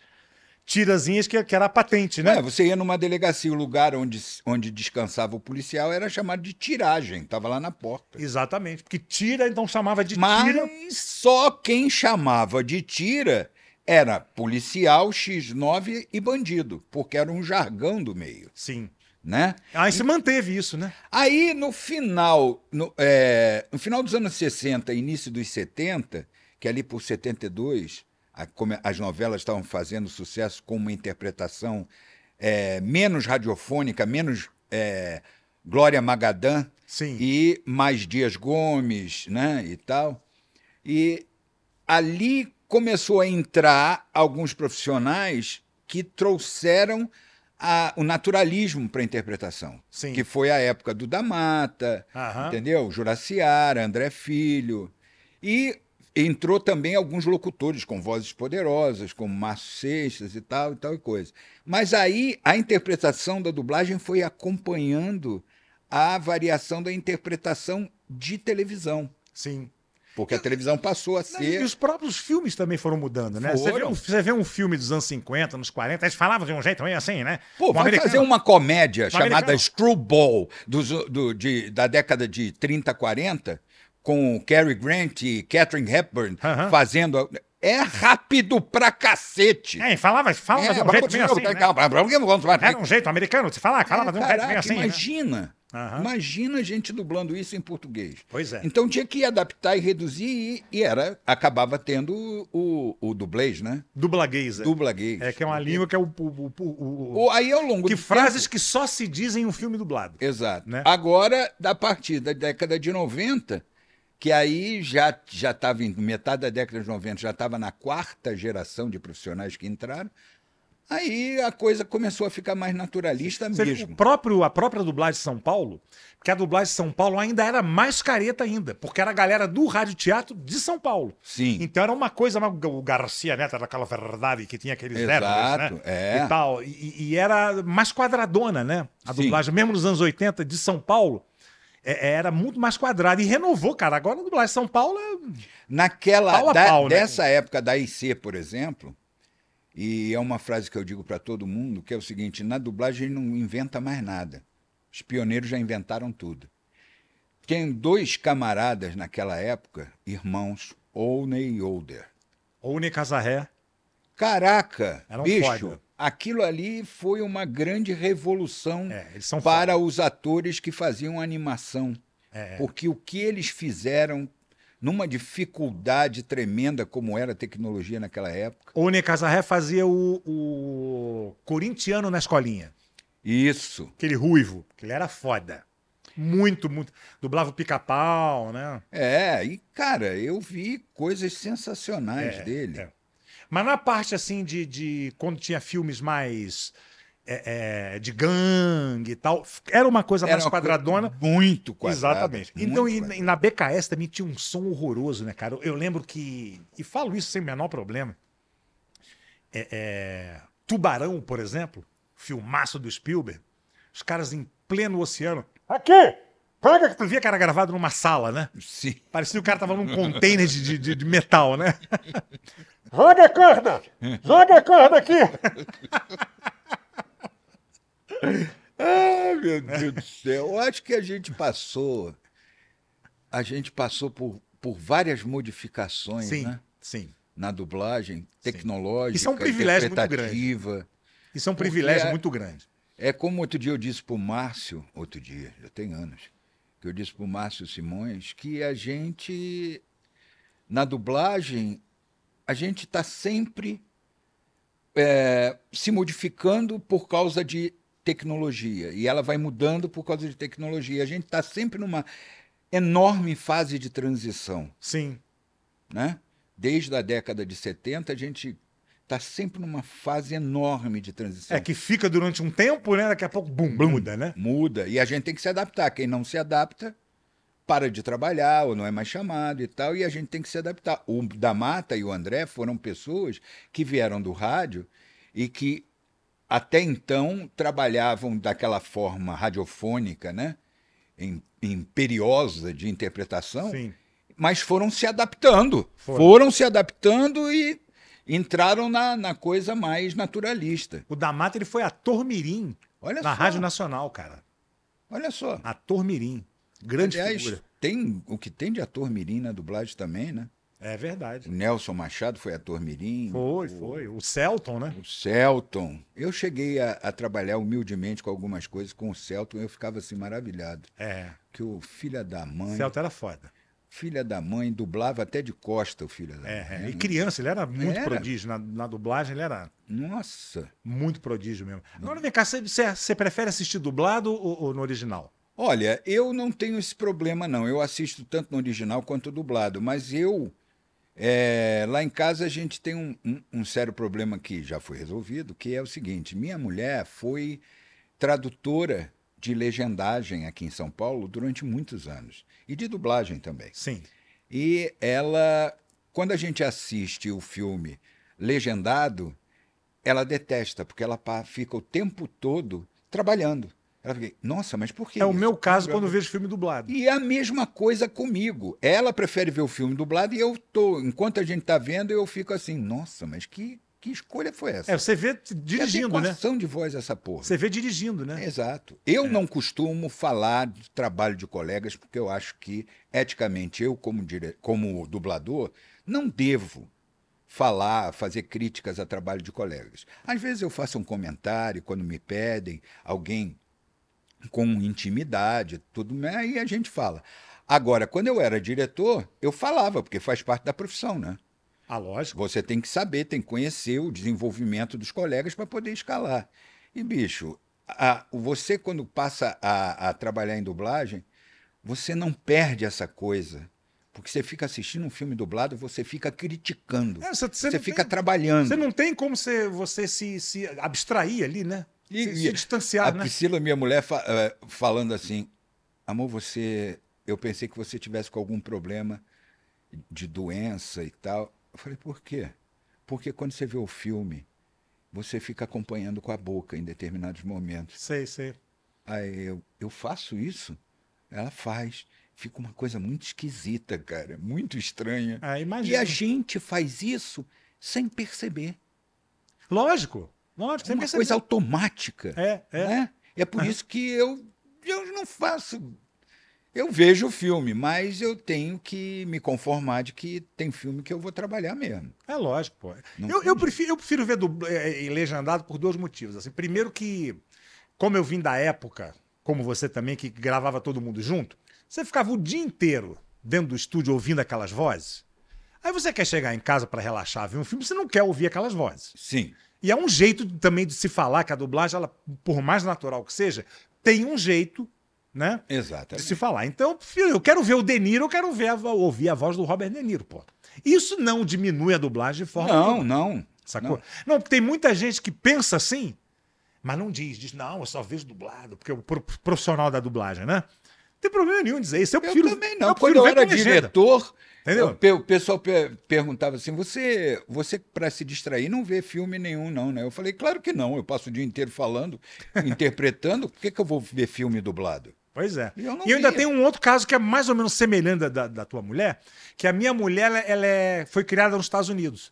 tirazinhas que, que era a patente, Não, né? é, você ia numa delegacia, o lugar onde, onde descansava o policial era chamado de tiragem, tava lá na porta. Exatamente. Porque tira, então chamava de Mas tira. só quem chamava de tira era policial, X9 e bandido, porque era um jargão do meio, Sim. né? Aí se manteve isso, né? Aí, no final, no, é, no final dos anos 60, início dos 70, que ali por 72, a, come- as novelas estavam fazendo sucesso com uma interpretação é, menos radiofônica, menos é, Glória Magadã Sim. e mais Dias Gomes, né, e tal. E ali começou a entrar alguns profissionais que trouxeram a- o naturalismo para a interpretação, Sim. que foi a época do Da Mata, Aham. entendeu? Juraciara, André Filho. E entrou também alguns locutores com vozes poderosas, como Márcio Seixas e tal e tal e coisa. Mas aí a interpretação da dublagem foi acompanhando a variação da interpretação de televisão, Sim. porque a televisão passou a E ser os próprios filmes também foram mudando, né? Você vê, Foram. um, você vê um filme dos anos 50, nos 40, eles falavam de um jeito meio assim, né? Pô, Um vai americano. Um fazer uma comédia chamada americano. Screwball dos- do- de- da década de 30, 40, com o Cary Grant e Catherine Hepburn Aham. fazendo. a- É rápido pra cacete. É, e falava, falava de um jeito meio assim, né? Era um jeito americano de se falar, falava de um jeito meio É, Caraca, assim, né? imagina. Aham. Imagina a gente dublando isso em português. Pois é. Então tinha que adaptar e reduzir, e, e era, acabava tendo o, o dublês, né? Dublagueis. é. Dublaguês. É, que é uma língua que é o. o- o- o- o- Ou Aí ao longo que do frases tempo- que só se dizem em um filme dublado. Exato. né? Agora, da partir da década de 90, que aí já já estava em metade da década de 90, já estava na quarta geração de profissionais que entraram, aí a coisa começou a ficar mais naturalista Você vê, É mesmo. o próprio, a própria dublagem de São Paulo, porque a dublagem de São Paulo ainda era mais careta ainda, porque era a galera do rádio teatro de São Paulo. Sim. Então era uma coisa, mas o Garcia Neto era aquela verdade que tinha aqueles Exato, né? é. E tal. E, e era mais quadradona, né? A Sim. dublagem, mesmo nos anos 80 de São Paulo, é- era muito mais quadrada. E renovou, cara. Agora a dublagem de São Paulo é. Naquela Pau a da- pau, né? dessa época da IC, por exemplo, e é uma frase que eu digo para todo mundo, que é o seguinte, na dublagem não inventa mais nada. Os pioneiros já inventaram tudo. Tem dois camaradas naquela época, irmãos, Olney e Older. Oune Casarré. Caraca, Era um bicho, foda. aquilo ali foi uma grande revolução É, eles são para foda. os atores que faziam animação. É. Porque o que eles fizeram numa dificuldade tremenda como era a tecnologia naquela época. Oune Casarré fazia o, o corintiano na escolinha. Isso. Aquele ruivo. Que ele era foda. Muito, muito. Dublava o pica-pau, né? É, e cara, eu vi coisas sensacionais É, dele. é. Mas na parte assim de, de quando tinha filmes mais é, é, de gangue e tal, f- era uma coisa mais uma coisa quadradona. Muito quadrada. Exatamente. muito então, e, quadrada. e na BKS também tinha um som horroroso, né, cara? Eu, eu lembro que. E falo isso sem o menor problema. É, é, Tubarão, por exemplo, filmaço do Spielberg, os caras em pleno oceano. Aqui! Pega que tu via cara gravado numa sala, né? Sim. Parecia que o cara tava num container de, de- de, de metal, né? Joga a corda! Joga a corda aqui! Ai, meu Deus do céu. Eu acho que a gente passou. A gente passou por, por várias modificações Sim, né? sim. na dublagem tecnológica. Isso é um privilégio muito grande. interpretativa. Isso é um Porque privilégio é- muito grande. É como outro dia eu disse para o Márcio, outro dia, já tem anos, que eu disse para o Márcio Simões que a gente, na dublagem, a gente está sempre eh, se modificando por causa de tecnologia. E ela vai mudando por causa de tecnologia. A gente está sempre numa enorme fase de transição Sim, né? Desde a década de 70, a gente está sempre numa fase enorme de transição. É que fica durante um tempo, né? Daqui a pouco, bum, muda, né? Muda. E a gente tem que se adaptar. Quem não se adapta, para de trabalhar, ou não é mais chamado e tal, e a gente tem que se adaptar. O da Mata e o André foram pessoas que vieram do rádio e que até então trabalhavam daquela forma radiofônica, né? Im- Imperiosa de interpretação Sim. mas foram se adaptando. Foram. Foram, se adaptando e entraram na, na coisa mais naturalista. O D'Amato, ele foi ator mirim Olha na só. Rádio Nacional, cara. Olha só. Ator mirim. Grande Aliás, figura. tem o que tem de ator mirim na dublagem também, né? É O verdade. Nelson Machado foi ator mirim. Foi, o, foi. O Celton, né? O Celton. Eu cheguei a, a trabalhar humildemente com algumas coisas com o Celton. Eu ficava assim maravilhado. É. Que o filha da O mãe, Celton era foda. filha da mãe, dublava até de costa o filha da É, é. mãe. né? E criança, ele era muito Era. prodígio. Na, na dublagem, ele era Nossa. muito prodígio mesmo. Agora vem cá, você, você- você prefere assistir dublado ou, ou no original? Olha, eu não tenho esse problema, não. Eu assisto tanto no original quanto dublado, mas eu. é, lá em casa a gente tem um, um- um sério problema que já foi resolvido, que é o seguinte: minha mulher foi tradutora de legendagem aqui em São Paulo durante muitos anos, e de dublagem também. Sim. E ela, quando a gente assiste o filme legendado, ela detesta, porque ela pa- fica o tempo todo trabalhando. Ela fica, nossa, mas por que é o isso? meu caso quando eu vejo filme dublado. E a mesma coisa comigo. Ela prefere ver o filme dublado e eu tô. Enquanto a gente tá vendo, eu fico assim, nossa, mas que, que escolha foi essa? É, você vê dirigindo, que né? adequação de voz essa porra. Você vê dirigindo, né? Exato. Eu não costumo falar do trabalho de colegas, porque eu acho que, eticamente, eu, como, dire... como dublador, não devo falar, fazer críticas a trabalho de colegas. Às vezes eu faço um comentário quando me pedem, alguém com intimidade, tudo, né? aí a gente fala. Agora, quando eu era diretor, eu falava, porque faz parte da profissão, né? Ah, lógico. Você tem que saber, tem que conhecer o desenvolvimento dos colegas para poder escalar. E, bicho, a- você quando passa a, a trabalhar em dublagem, você não perde essa coisa. Porque você fica assistindo um filme dublado, você fica criticando. É, você, você você não fica tem, trabalhando. você não tem como você, você se, se abstrair ali, né? E- se, e se distanciar, A né? Priscila, minha mulher, fa- eh, falando assim: Amor, você. Eu pensei que você tivesse com algum problema de doença e tal. Eu falei: Por quê? Porque quando você vê o filme, você fica acompanhando com a boca em determinados momentos. Sei, sei. Aí eu, eu faço isso? Ela faz. Fica uma coisa muito esquisita, cara, muito estranha. Ah, E imagina. a gente faz isso sem perceber. Lógico, lógico. É Você uma percebe. coisa automática. É, é. né? E é por Aham. isso que eu, eu não faço. Eu vejo o filme, mas eu tenho que me conformar de que tem filme que eu vou trabalhar mesmo. É lógico, pô. Não Eu, tem eu prefiro, eu prefiro ver dubl- eh, eh, legendado por dois motivos. Assim, primeiro que, como eu vim da época, como você também, que gravava todo mundo junto, você ficava o dia inteiro dentro do estúdio ouvindo aquelas vozes. Aí você quer chegar em casa pra relaxar, ver um filme, você não quer ouvir aquelas vozes. Sim. E é um jeito de- também de se falar que a dublagem, ela, por mais natural que seja, tem um jeito né? de Exatamente. se falar. Então, filho, eu quero ver o De Niro, eu quero ver a vo- ouvir a voz do Robert De Niro, pô. Isso não diminui a dublagem de forma Não, alguma, não. sacou? Não. tem muita gente que pensa assim, mas não diz, diz, não, eu só vejo dublado, porque é o pro- profissional da dublagem, né? Não tem problema nenhum dizer isso. Eu, Eu prefiro, também não. eu Quando prefiro eu ver era com legenda. diretor, Entendeu? eu pe- o pessoal pe- perguntava assim: você, você para se distrair, não vê filme nenhum, não, né? Eu falei: claro que não. Eu passo o dia inteiro falando, <laughs> interpretando. Por que, que eu vou ver filme dublado? Pois é. E eu não e eu ainda via. tenho um outro caso que é mais ou menos semelhante da- da, da tua mulher, que a minha mulher ela, ela é, foi criada nos Estados Unidos.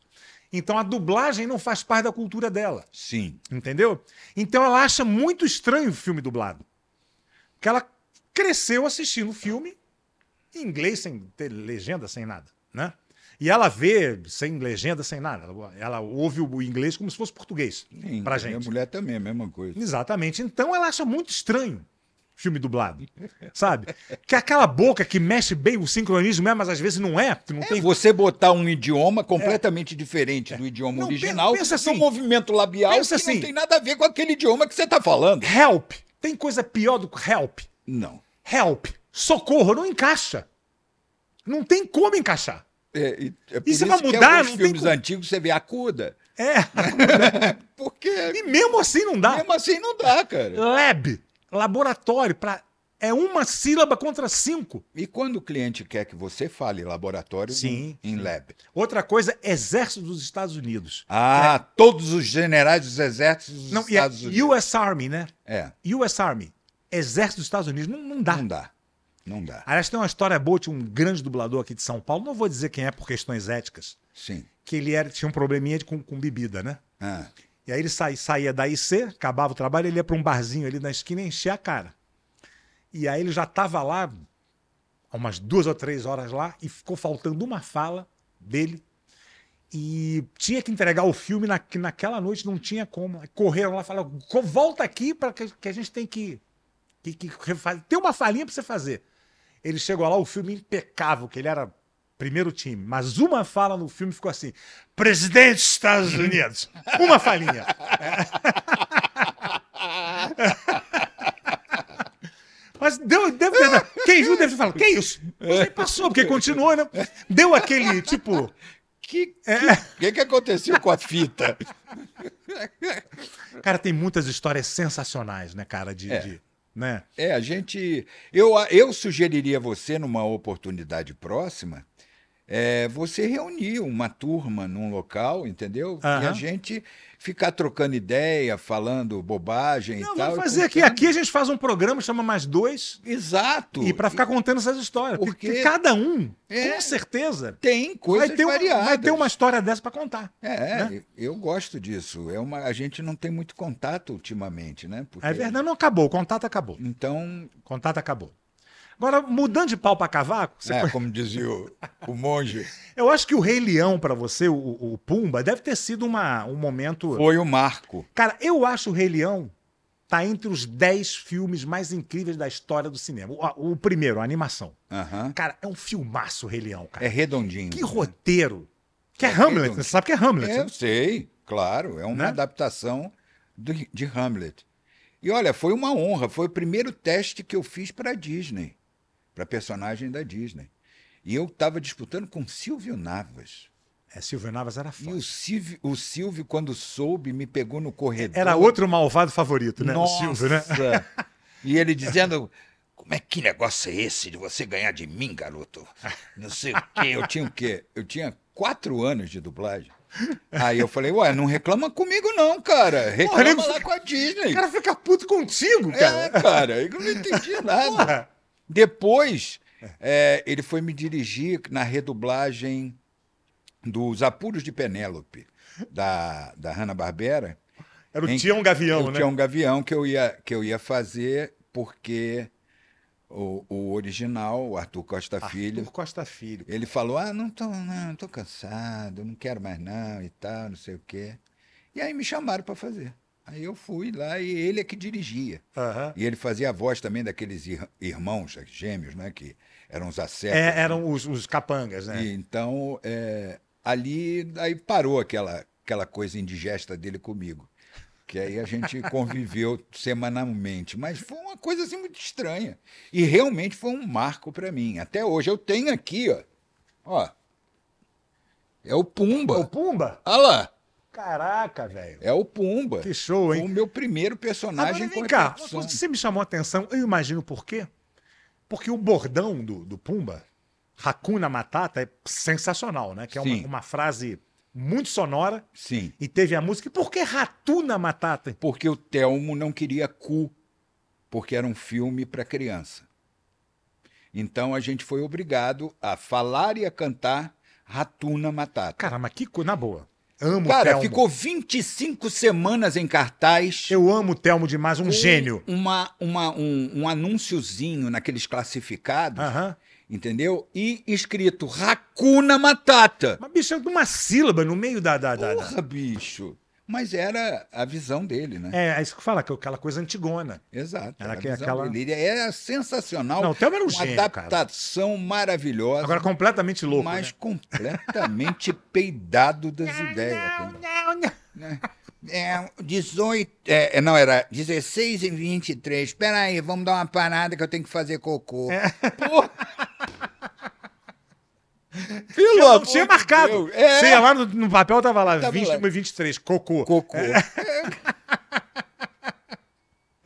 Então a dublagem não faz parte da cultura dela, Sim. entendeu? Então ela acha muito estranho o filme dublado. Porque ela cresceu assistindo o filme em inglês, sem ter legenda, sem nada, né? E ela vê sem legenda, sem nada. Ela- Ela ouve o inglês como se fosse português Sim. é pra Minha gente. mulher também, a mesma coisa. Exatamente. Então ela acha muito estranho filme dublado, sabe? Que é aquela boca que mexe bem o sincronismo, é, mas às vezes não é, porque não Tem tem. você botar um idioma completamente diferente do idioma Não, pe- original, pensa assim. um movimento labial Pensa que assim. não tem nada a ver com aquele idioma que você está falando. Help. Tem coisa pior do que help. Não. Help. Socorro não encaixa. Não tem como encaixar. É, e, é por você isso vai que mudar, alguns não tem filmes como. antigos você vê <laughs> acuda. É. Porque E mesmo assim não dá. mesmo assim não dá, cara. Lab, laboratório para é uma sílaba contra cinco. E quando o cliente quer que você fale laboratório Sim, em em lab? Outra coisa, exército dos Estados Unidos. Ah, todos os generais dos exércitos dos É. Não, e é Estados Unidos. US Army, né? É, US Army, Exército dos Estados Unidos, não, não dá. não dá. Não dá. Aliás, tem uma história boa de um grande dublador aqui de São Paulo, não vou dizer quem é por questões éticas, Sim. que ele era- tinha um probleminha de- com, com bebida, né? Ah, E aí ele sai- saía da IC, acabava o trabalho, ele ia para um barzinho ali na esquina e enchia a cara. E aí ele já estava lá, há umas duas ou três horas lá, e ficou faltando uma fala dele. E tinha que entregar o filme na, naquela noite, não tinha como. Aí Correram lá e falaram: "Co- volta aqui para que, que a gente tem que. que, que refazer. Tem uma falinha para você fazer. Ele chegou lá, o filme impecável, que ele era primeiro time, mas uma fala no filme ficou assim: presidente dos <laughs> Estados Unidos. Uma falinha. <laughs> Mas deu, deve ter. dado. Quem viu deve falar, que isso? Mas É. aí passou, porque continuou, né? Deu aquele, tipo, que, que, É. que que aconteceu com a fita? Cara, tem muitas histórias sensacionais, né, cara? De. É. de- né? É, a gente. Eu, eu sugeriria a você, numa oportunidade próxima, é, você reunir uma turma num local, entendeu? E a Aham. gente ficar trocando ideia, falando bobagem Não, e tal. vamos e fazer aqui. contando. Aqui a gente faz um programa, chama mais dois. Exato. E pra ficar contando essas histórias. Porque- Porque, cada um, É. com certeza, Tem coisas vai ter, uma, variadas. vai ter uma história dessa pra contar. É, né? eu gosto disso. É uma, a gente não tem muito contato ultimamente, né? Porque- É verdade, não acabou, o contato acabou. Então, O contato acabou. Agora, mudando de pau pra cavaco, você é, conhe- como dizia o, o <laughs> monge, eu acho que o Rei Leão pra você, o, o- o Pumba, deve ter sido uma, um momento. foi o marco. Cara, eu acho o Rei Leão tá entre os 10 filmes mais incríveis da história do cinema. O, o primeiro, a animação. Aham. Cara, é um filmaço o Rei Leão, É cara. redondinho. Que roteiro. Que é, É Hamlet, redondinho. você sabe que é Hamlet. É, né? eu sei, claro, é uma Né? adaptação do- de Hamlet. E olha, foi uma honra, foi o primeiro teste que eu fiz para a Disney, para personagem da Disney. E eu estava disputando com Silvio Navas. É, Silvio Navas era E foda. o Silvio, o Silvio, quando soube, me pegou no corredor. É, Era outro malvado favorito, né? Nossa! O Silvio, né? E ele dizendo: Como é que negócio é esse de você ganhar de mim, garoto? Não sei o quê. Eu tinha o quê? Eu tinha quatro anos de dublagem. Aí eu falei, ué, não reclama comigo, não, cara. Reclama nego lá com a Disney. O cara fica puto contigo, É, cara. cara, eu não entendi nada. né? Porra. Depois, é, ele foi me dirigir na redublagem dos Apuros de Penélope, da, da Hanna-Barbera. Era Em- o Tião Gavião, Eu né? tinha um gavião que eu ia, que eu ia fazer porque o, o original, o Arthur Costa Filho, Arthur Ah, Costa Filho. ele falou: Ah, não tô, não, tô cansado, não quero mais não e tal, não sei o quê. E aí me chamaram para fazer. Aí eu fui lá e ele é que dirigia. Aham. E ele fazia a voz também daqueles ir- irmãos gêmeos, né? Que eram os acertos. É, eram os, os capangas, né? E então, é, ali aí parou aquela, aquela coisa indigesta dele comigo. que aí a <laughs> gente conviveu semanalmente. Mas foi uma coisa assim muito estranha. E realmente foi um marco para mim. Até hoje eu tenho aqui, ó. Ó. É o Pumba. O Pumba? Olha lá. Caraca, velho. É o Pumba. Que show, Foi o hein? meu primeiro personagem Agora vem com cá, uma repercussão. coisa que você me chamou a atenção, eu imagino por quê. Porque o bordão do, do Pumba, Hakuna Matata, é sensacional, né? Que é uma, Sim. uma frase muito sonora Sim. e teve a música. E por que Ratuna Matata? Porque o Telmo não queria cu, porque era um filme para criança. Então a gente foi obrigado a falar e a cantar Ratuna Matata. Cara, mas que coisa, na boa. Amo o Cara, Telmo. ficou 25 semanas em cartaz. Eu amo o Telmo demais, um com gênio. Uma, uma, um, um anúnciozinho naqueles classificados, Aham. entendeu? E escrito Racuna Matata. Mas, bicho, é de uma sílaba no meio da. da, da, da- Porra, bicho. Mas era a visão dele, né? É, é isso que fala, que é aquela coisa antigona. Exato. Era a que- visão aquela- dele. Ele era sensacional. Não, o Telmo era um uma gênio, cara. adaptação maravilhosa, Agora completamente louco. mas né? completamente <laughs> peidado das ideias. cara. Não, não. É, 18. É, é, não, era 16 e 23. Espera aí, vamos dar uma parada que eu tenho que fazer cocô. É. Porra! Eu Pelo não amor tinha de marcado. Deus. É. Você ia lá no, no papel, tava lá, Tava 21 lá. e 23, cocô. <laughs> Cocô.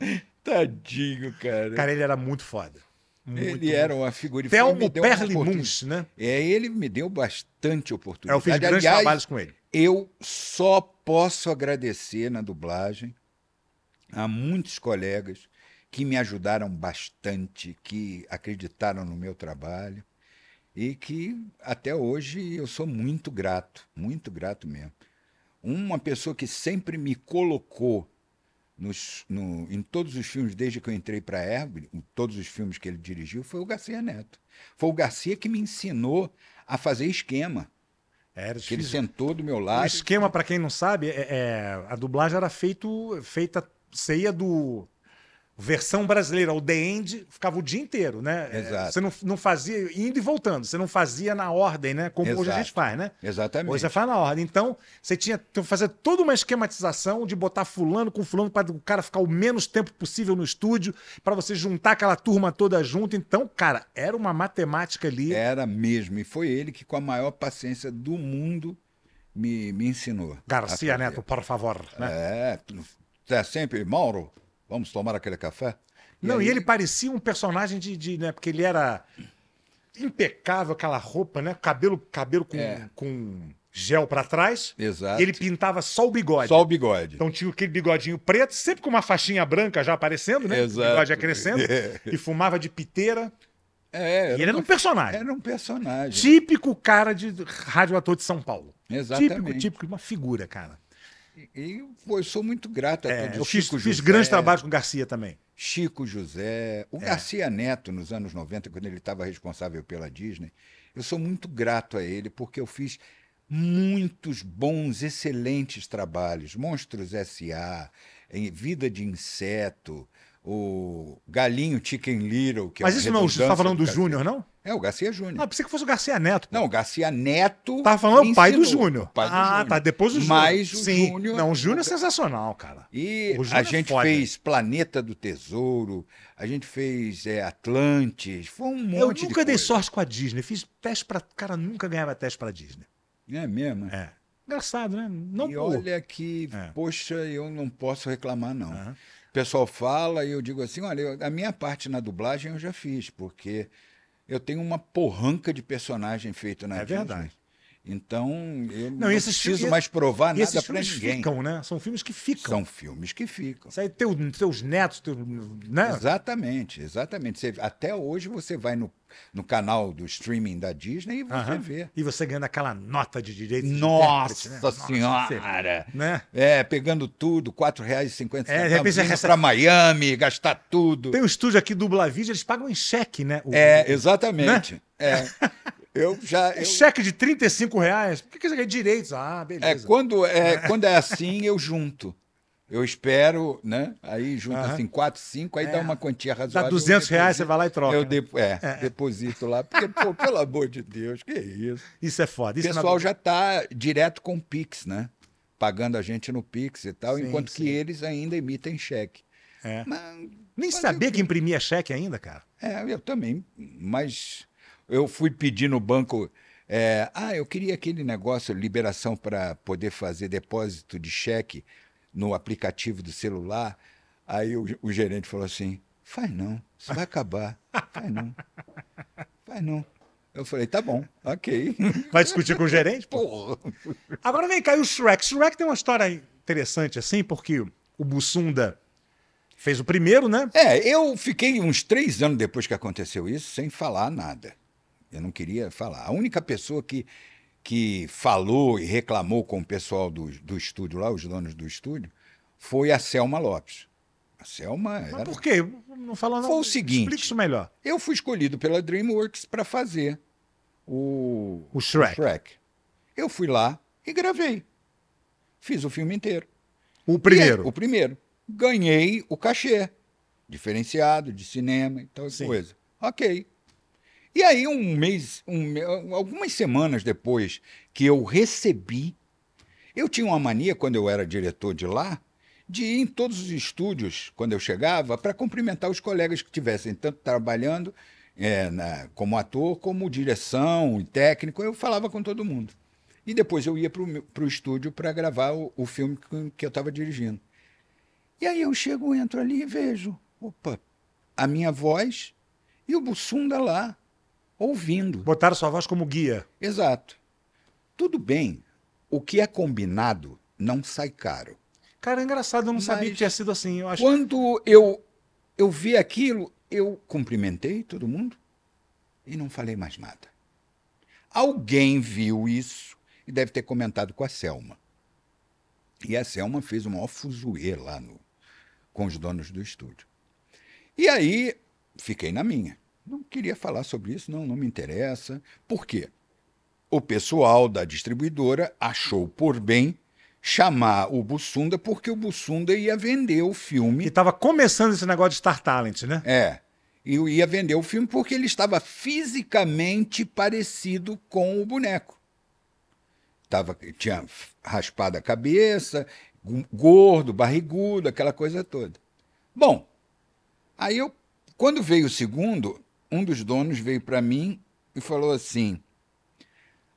É. Tadinho, cara. Cara, ele era muito foda. Muito, ele era uma figura. e foi- me Telmo deu um uma Perlimuns, né? É, ele me deu bastante É, eu oportunidade. fiz grandes Aliás, trabalhos com ele. eu só posso agradecer na dublagem a muitos colegas que me ajudaram bastante, que acreditaram no meu trabalho e que até hoje eu sou muito grato, muito grato mesmo. Uma pessoa que sempre me colocou nos- no- em todos os filmes, desde que eu entrei para a Herb, em todos os filmes que ele dirigiu, foi o Garcia Neto. Foi o Garcia que me ensinou a fazer esquema, Era que ele difícil. sentou do meu O lado. esquema, pra quem não sabe, é, é- a dublagem era feito, feita, você ia do... Versão brasileira, o The End, ficava o dia inteiro, né? É, Exato. Você não, não fazia, indo e voltando, você não fazia na ordem, né? Como hoje a Exato. gente faz, né? Exatamente. Hoje você faz na ordem. Então, você tinha que fazer toda uma esquematização de botar fulano com fulano para o cara ficar o menos tempo possível no estúdio, para você juntar aquela turma toda junto. Então, cara, era uma matemática ali. Era mesmo. E foi ele que, com a maior paciência do mundo, me, me ensinou. a Garcia fazer. Neto, por favor. né? É, tu- tá sempre, Mauro, vamos tomar aquele café? Não, e aí- ele parecia um personagem de, de, né, porque ele era impecável, aquela roupa, né? Cabelo, cabelo com, É. com gel para trás. Exato. E ele pintava só o bigode. Só o bigode. Então tinha aquele bigodinho preto, sempre com uma faixinha branca já aparecendo, né? Exato. O bigode ia crescendo. <laughs> É. E fumava de piteira. É, E era, ele era um personagem. era um personagem. Típico cara de rádio ator de São Paulo. Exatamente. Típico, típico, uma figura, cara. E pô, eu sou muito grato a É, todos. eu fiz, Chico fiz José, grandes trabalhos com Garcia também. Chico José, É. o Garcia Neto, nos anos 90, quando ele estava responsável pela Disney, eu sou muito grato a ele, porque eu fiz muitos bons, excelentes trabalhos. Monstros S.A., em Vida de Inseto, o Galinho Chicken Little. Que Mas é uma isso não, você redundância tá falando do Garcia. Júnior, não? É, o Garcia Júnior. Ah, pensei que fosse o Garcia Neto. Não, o Garcia Neto. Tava falando me o pai do ensinou, Júnior. o pai do ah, Júnior. tá. Depois o Júnior. Mas o Sim. Júnior- Não, o Júnior é sensacional, cara. E O Júnior a é gente foda. fez Planeta do Tesouro, a gente fez é, Atlantis, foi um monte Eu de nunca dei coisa. sorte com a Disney. Fiz teste pra. Cara, nunca ganhava teste pra Disney. É mesmo? É. Engraçado, né? Não e por- olha que, É. poxa, eu não posso reclamar, não. Aham. O pessoal fala e eu digo assim, olha, eu- a minha parte na dublagem eu já fiz, porque eu tenho uma porranca de personagem feito na É Disney. verdade. Então, eu não, Não, e esses preciso fi- mais provar E esses nada para filmes ninguém. ficam, né? São filmes que ficam. São filmes que ficam. Isso aí, teu, teus netos, teu, né? Exatamente, exatamente. Você- até hoje você vai no, no canal do streaming da Disney e você Aham. vê. E você ganhando aquela nota de direitos de Nossa intérprete, né? é. Nossa, Senhora! você- né? É, pegando tudo, R$ 4,50 É, de repente você recebe- para Miami, gastar tudo. Tem um estúdio aqui do Blavid, eles pagam em cheque, né? O- É, exatamente. Né? É. <laughs> Eu já. um eu- cheque de 35 reais. Por que que você ganha direitos? Ah, é, beleza. quando, é, quando é assim, eu junto. Eu espero, né? Aí junto Aham. assim, 4, 5, aí É. dá uma quantia Dá razoável. eu 200 reais, você deposito- vai lá e troca. Eu né? depo- é, deposito lá, porque, pô, pelo amor de Deus, que isso. Isso é foda. O Isso é pessoal tá na- já está direto com o Pix, né? pagando a gente no Pix e tal, Sim, enquanto sim. que eles ainda emitem cheque. É. Mas, Nem Mas sabia eu- que imprimia cheque ainda, cara. é, eu também, mas eu fui pedir no banco. é, ah, eu queria aquele negócio, liberação para poder fazer depósito de cheque no aplicativo do celular. Aí o, o gerente falou assim: faz não, isso vai acabar. Faz não. Faz não. Eu falei: tá bom, <laughs> ok. Vai discutir com o gerente? Pô. Porra. Agora vem cá, e o Shrek. Shrek tem uma história interessante, assim, porque o Bussunda fez o primeiro, né? É, eu fiquei uns três anos depois que aconteceu isso sem falar nada. Eu não queria falar. A única pessoa que, que falou e reclamou com o pessoal do, do estúdio lá, os donos do estúdio, foi a Selma Lopes. A Selma Mas era... por quê? Não falou não. Foi o seguinte. Explica isso melhor. Eu fui escolhido pela DreamWorks para fazer o O Shrek. O, Shrek. Eu fui lá e gravei. Fiz o filme inteiro. E primeiro. aí, o primeiro. Ganhei o cachê. Diferenciado, de cinema e tal Sim. coisa. Ok. E aí, um mês, um me- algumas semanas depois que eu recebi, eu tinha uma mania, quando eu era diretor de lá, de ir em todos os estúdios, quando eu chegava, para cumprimentar os colegas que tivessem tanto trabalhando eh, na- como ator, como direção e técnico. Eu falava com todo mundo. E depois eu ia para o estúdio para gravar o, o filme que, que eu estava dirigindo. E aí eu chego, entro ali e vejo, opa, a minha voz e o Bussunda lá, ouvindo. Botaram sua voz como guia. Exato. Tudo bem, o que é combinado não sai caro. Cara, é engraçado, eu não Mas- sabia que tinha sido assim. Eu acho Quando eu, eu vi aquilo, eu cumprimentei todo mundo e não falei mais nada. Alguém viu isso e deve ter comentado com a Selma. E a Selma fez um maior fuzuê lá no, com os donos do estúdio. E aí fiquei na minha. Não queria falar sobre isso, não, não me interessa. Por quê? O pessoal da distribuidora achou por bem chamar o Bussunda porque o Bussunda ia vender o filme E tava começando esse negócio de Star Talent, né? é. E eu ia vender o filme porque ele estava fisicamente parecido com o boneco. Tava, tinha raspado a cabeça, gu- gordo, barrigudo, aquela coisa toda. Bom, aí eu, quando veio o segundo, um dos donos veio para mim e falou assim: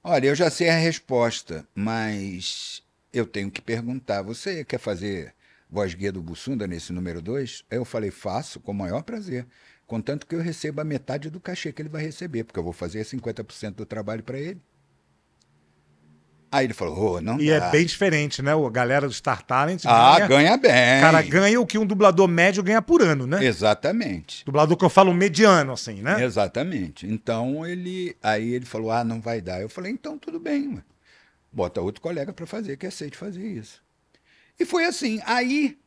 Olha, eu já sei a resposta, mas eu tenho que perguntar. Você quer fazer voz guia do Bussunda nesse número 2? Aí eu falei, faço, com o maior prazer. Contanto que eu receba metade do cachê que ele vai receber, porque eu vou fazer 50% do trabalho para ele. Aí ele falou, oh, não E dá. é bem diferente, né? O- A galera do Star Talent Ah, ganha- ganha bem. cara, ganha o que um dublador médio ganha por ano, É. né? Exatamente. Dublador que eu falo mediano, assim, né? Exatamente. Então ele. Aí ele falou: ah, não vai dar. Eu falei, então tudo bem, ué. bota outro colega para fazer que aceite fazer isso. E foi assim. Aí,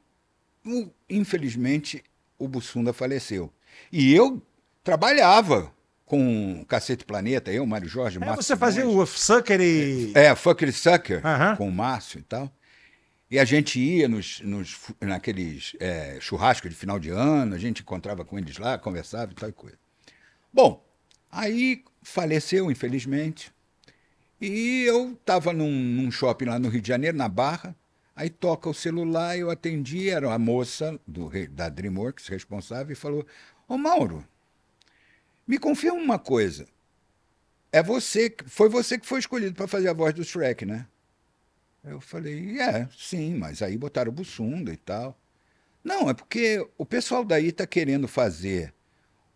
o- infelizmente, o Bussunda faleceu. E eu trabalhava com o Cacete Planeta, eu, Mário Jorge, Aí Márcio É, você fazia Simões. o Sucker e. É, Fucker Sucker, Aham. com o Márcio e tal. E a gente ia nos, nos fu- naqueles é, churrascos de final de ano, a gente encontrava com eles lá, conversava e tal e coisa. Bom, aí faleceu, infelizmente. E eu estava num, num shopping lá no Rio de Janeiro, na Barra. Aí toca o celular, eu atendi, era a moça do, re- da DreamWorks responsável e falou: Ô Mauro, me confirma uma coisa. É você, que- foi você que foi escolhido para fazer a voz do Shrek, né? Eu falei, é, sim, mas aí botaram o Bussunda e tal. Não, é porque o pessoal daí está querendo fazer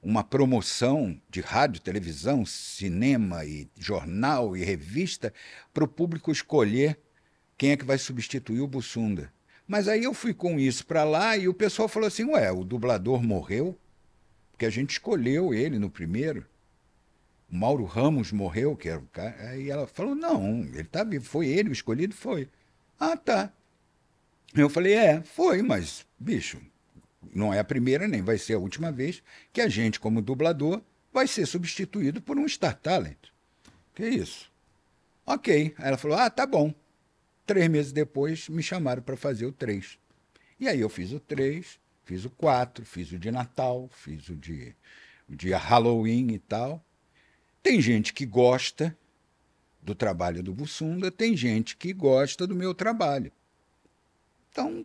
uma promoção de rádio, televisão, cinema e jornal e revista para o público escolher quem é que vai substituir o Bussunda. Mas aí eu fui com isso para lá e o pessoal falou assim, ué, o dublador morreu? Porque a gente escolheu ele no primeiro. O Mauro Ramos morreu, que era o cara. Aí ela falou: não, ele tá vivo, foi ele, o escolhido foi. Ah, tá. Eu falei: é, foi, mas, bicho, não é a primeira nem vai ser a última vez que a gente, como dublador, vai ser substituído por um Star Talent. Que isso? Ok. Aí ela falou: ah, tá bom. Três meses depois, me chamaram para fazer o três. E aí eu fiz o 3, fiz o 4, fiz o de Natal, fiz o de, o de Halloween e tal. Tem gente que gosta, do trabalho do Bussunda, tem gente que gosta do meu trabalho. Então,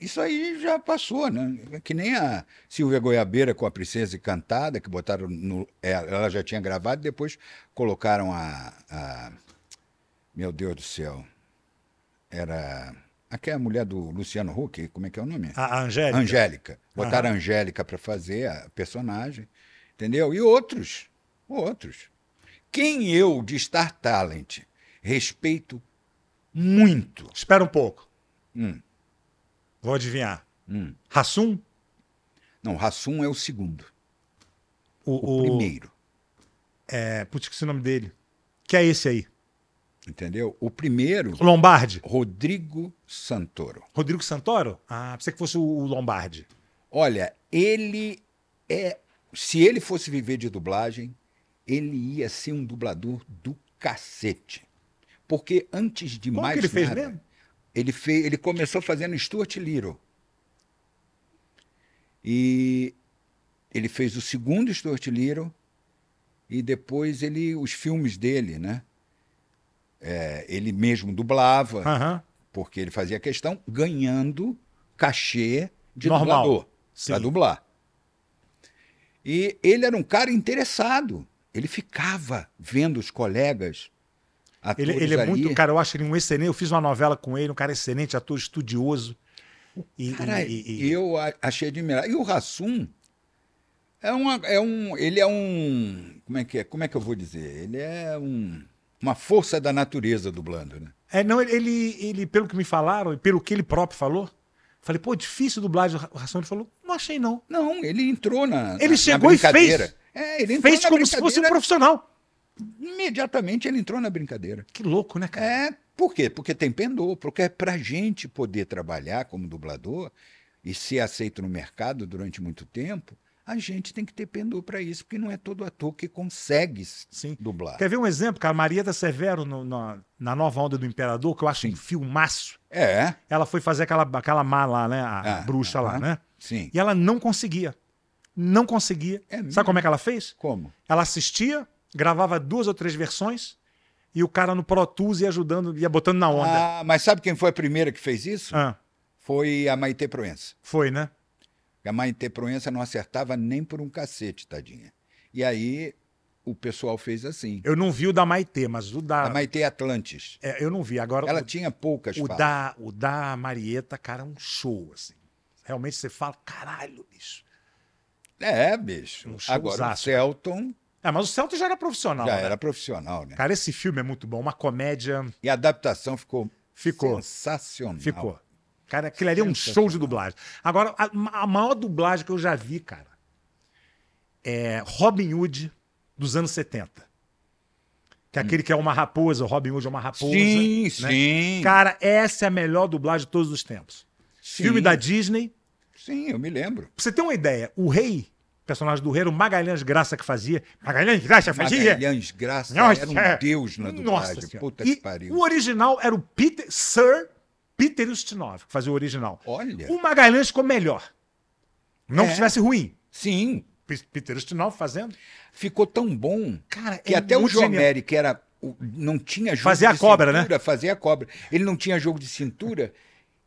isso aí já passou, né? É Que nem a Silvia Goiabeira com a Princesa Encantada, que botaram no. Ela ela já tinha gravado, depois colocaram a. a- meu Deus do céu. Era. Aquela mulher do Luciano Huck, como é que é o nome? A a Angélica. Angélica. Botaram a Angélica para fazer a personagem, entendeu? E outros, outros. Quem eu de Star Talent respeito muito. Espera um pouco. Hum. Vou adivinhar. Hum. Rassum? Não, Rassum é o segundo, O, o, o- primeiro, É, putz, esqueci o nome dele. Que é esse aí? entendeu? O primeiro, O Lombardi. Rodrigo Santoro. Rodrigo Santoro? Ah, pensei que fosse o- o Lombardi. Olha, ele é, se ele fosse viver de dublagem, ele ia ser um dublador do cacete. Porque antes de Como mais que ele fez nada, mesmo? Ele, fez, ele começou fazendo Stuart Little. E ele fez o segundo Stuart Little e depois ele os filmes dele, né? É, ele mesmo dublava, Aham. porque ele fazia questão ganhando cachê de Normal. dublador Sim. para dublar. E ele era um cara interessado. Ele ficava vendo os colegas Ele, atores ele é ali. muito. Cara, eu acho ele um excelente. Eu fiz uma novela com ele, um cara excelente, ator estudioso. E, Cara, e- e- e- eu a- achei admirável. E o Rassum é, uma, é um. Ele é um. Como é que, é? Como é que eu vou dizer? Ele é um, uma força da natureza dublando, né? É, não, ele, ele, ele, pelo que me falaram, e pelo que ele próprio falou, falei, pô, difícil dublagem. O Rassum ele falou, não achei, não. Não, ele entrou na. Ele na- na chegou e fez. brincadeira. É, ele entrou Fez na como se fosse um brincadeira, profissional. Imediatamente ele entrou na brincadeira. Que louco, né, cara? É, por quê? Porque tem pendor, porque é para gente poder trabalhar como dublador e ser aceito no mercado durante muito tempo, a gente tem que ter pendor para isso, porque não é todo ator que consegue s- Sim. dublar. Quer ver um exemplo, cara? Maria da Severo no- na, na nova onda do Imperador, que eu acho um Sim. filmaço. É, Ela foi fazer aquela, aquela má lá, né? A Ah, bruxa lá, aham. né? sim. E ela não conseguia. Não conseguia. É mesmo? Sabe como é que ela fez? Como? Ela assistia, gravava duas ou três versões e o cara no Pro Tools ia ajudando, ia botando na onda. Ah, mas sabe quem foi a primeira que fez isso? Ah, Foi a Maitê Proença. foi, né? A Maitê Proença não acertava nem por um cacete, tadinha. E aí o pessoal fez assim. Eu não vi o da Maitê, mas o da. A Maitê Atlantis. É, eu não vi. Agora, Ela Ah. o, tinha poucas o falas. da, o da Marieta, cara, é um show, assim. Realmente você fala, caralho, bicho. É, bicho. Um showzaço, Agora cara. o Celton É, mas o Celto já era profissional. já né? era profissional, né? Cara, esse filme é muito bom. Uma comédia. E a adaptação ficou, Ficou. sensacional. Ficou. Cara, aquilo ali é um show de dublagem. Agora, a, a maior dublagem que eu já vi, cara, é Robin Hood dos anos 70. Que é aquele que é uma raposa, o Robin Hood é uma raposa. Sim, né? sim. Cara, essa é a melhor dublagem de todos os tempos. sim. Filme da Disney. Sim, eu me lembro. Pra você ter uma ideia, o rei, o personagem do rei, era o Magalhães Graça que fazia. Magalhães Graça fazia. Magalhães Graça Nossa, era é. um deus na Nossa dublagem. Senhora. Puta E que pariu. O original era o Peter, Sir Peter Ustinov, que fazia o original. Olha. O Magalhães ficou melhor. Não que É. estivesse ruim. Sim, P- Peter Ustinov fazendo. ficou tão bom Cara, que é até o muito genial. Jomeri, que era o- não tinha jogo Fazia de a cobra, né? cintura, fazia a cobra. Ele não tinha jogo de cintura.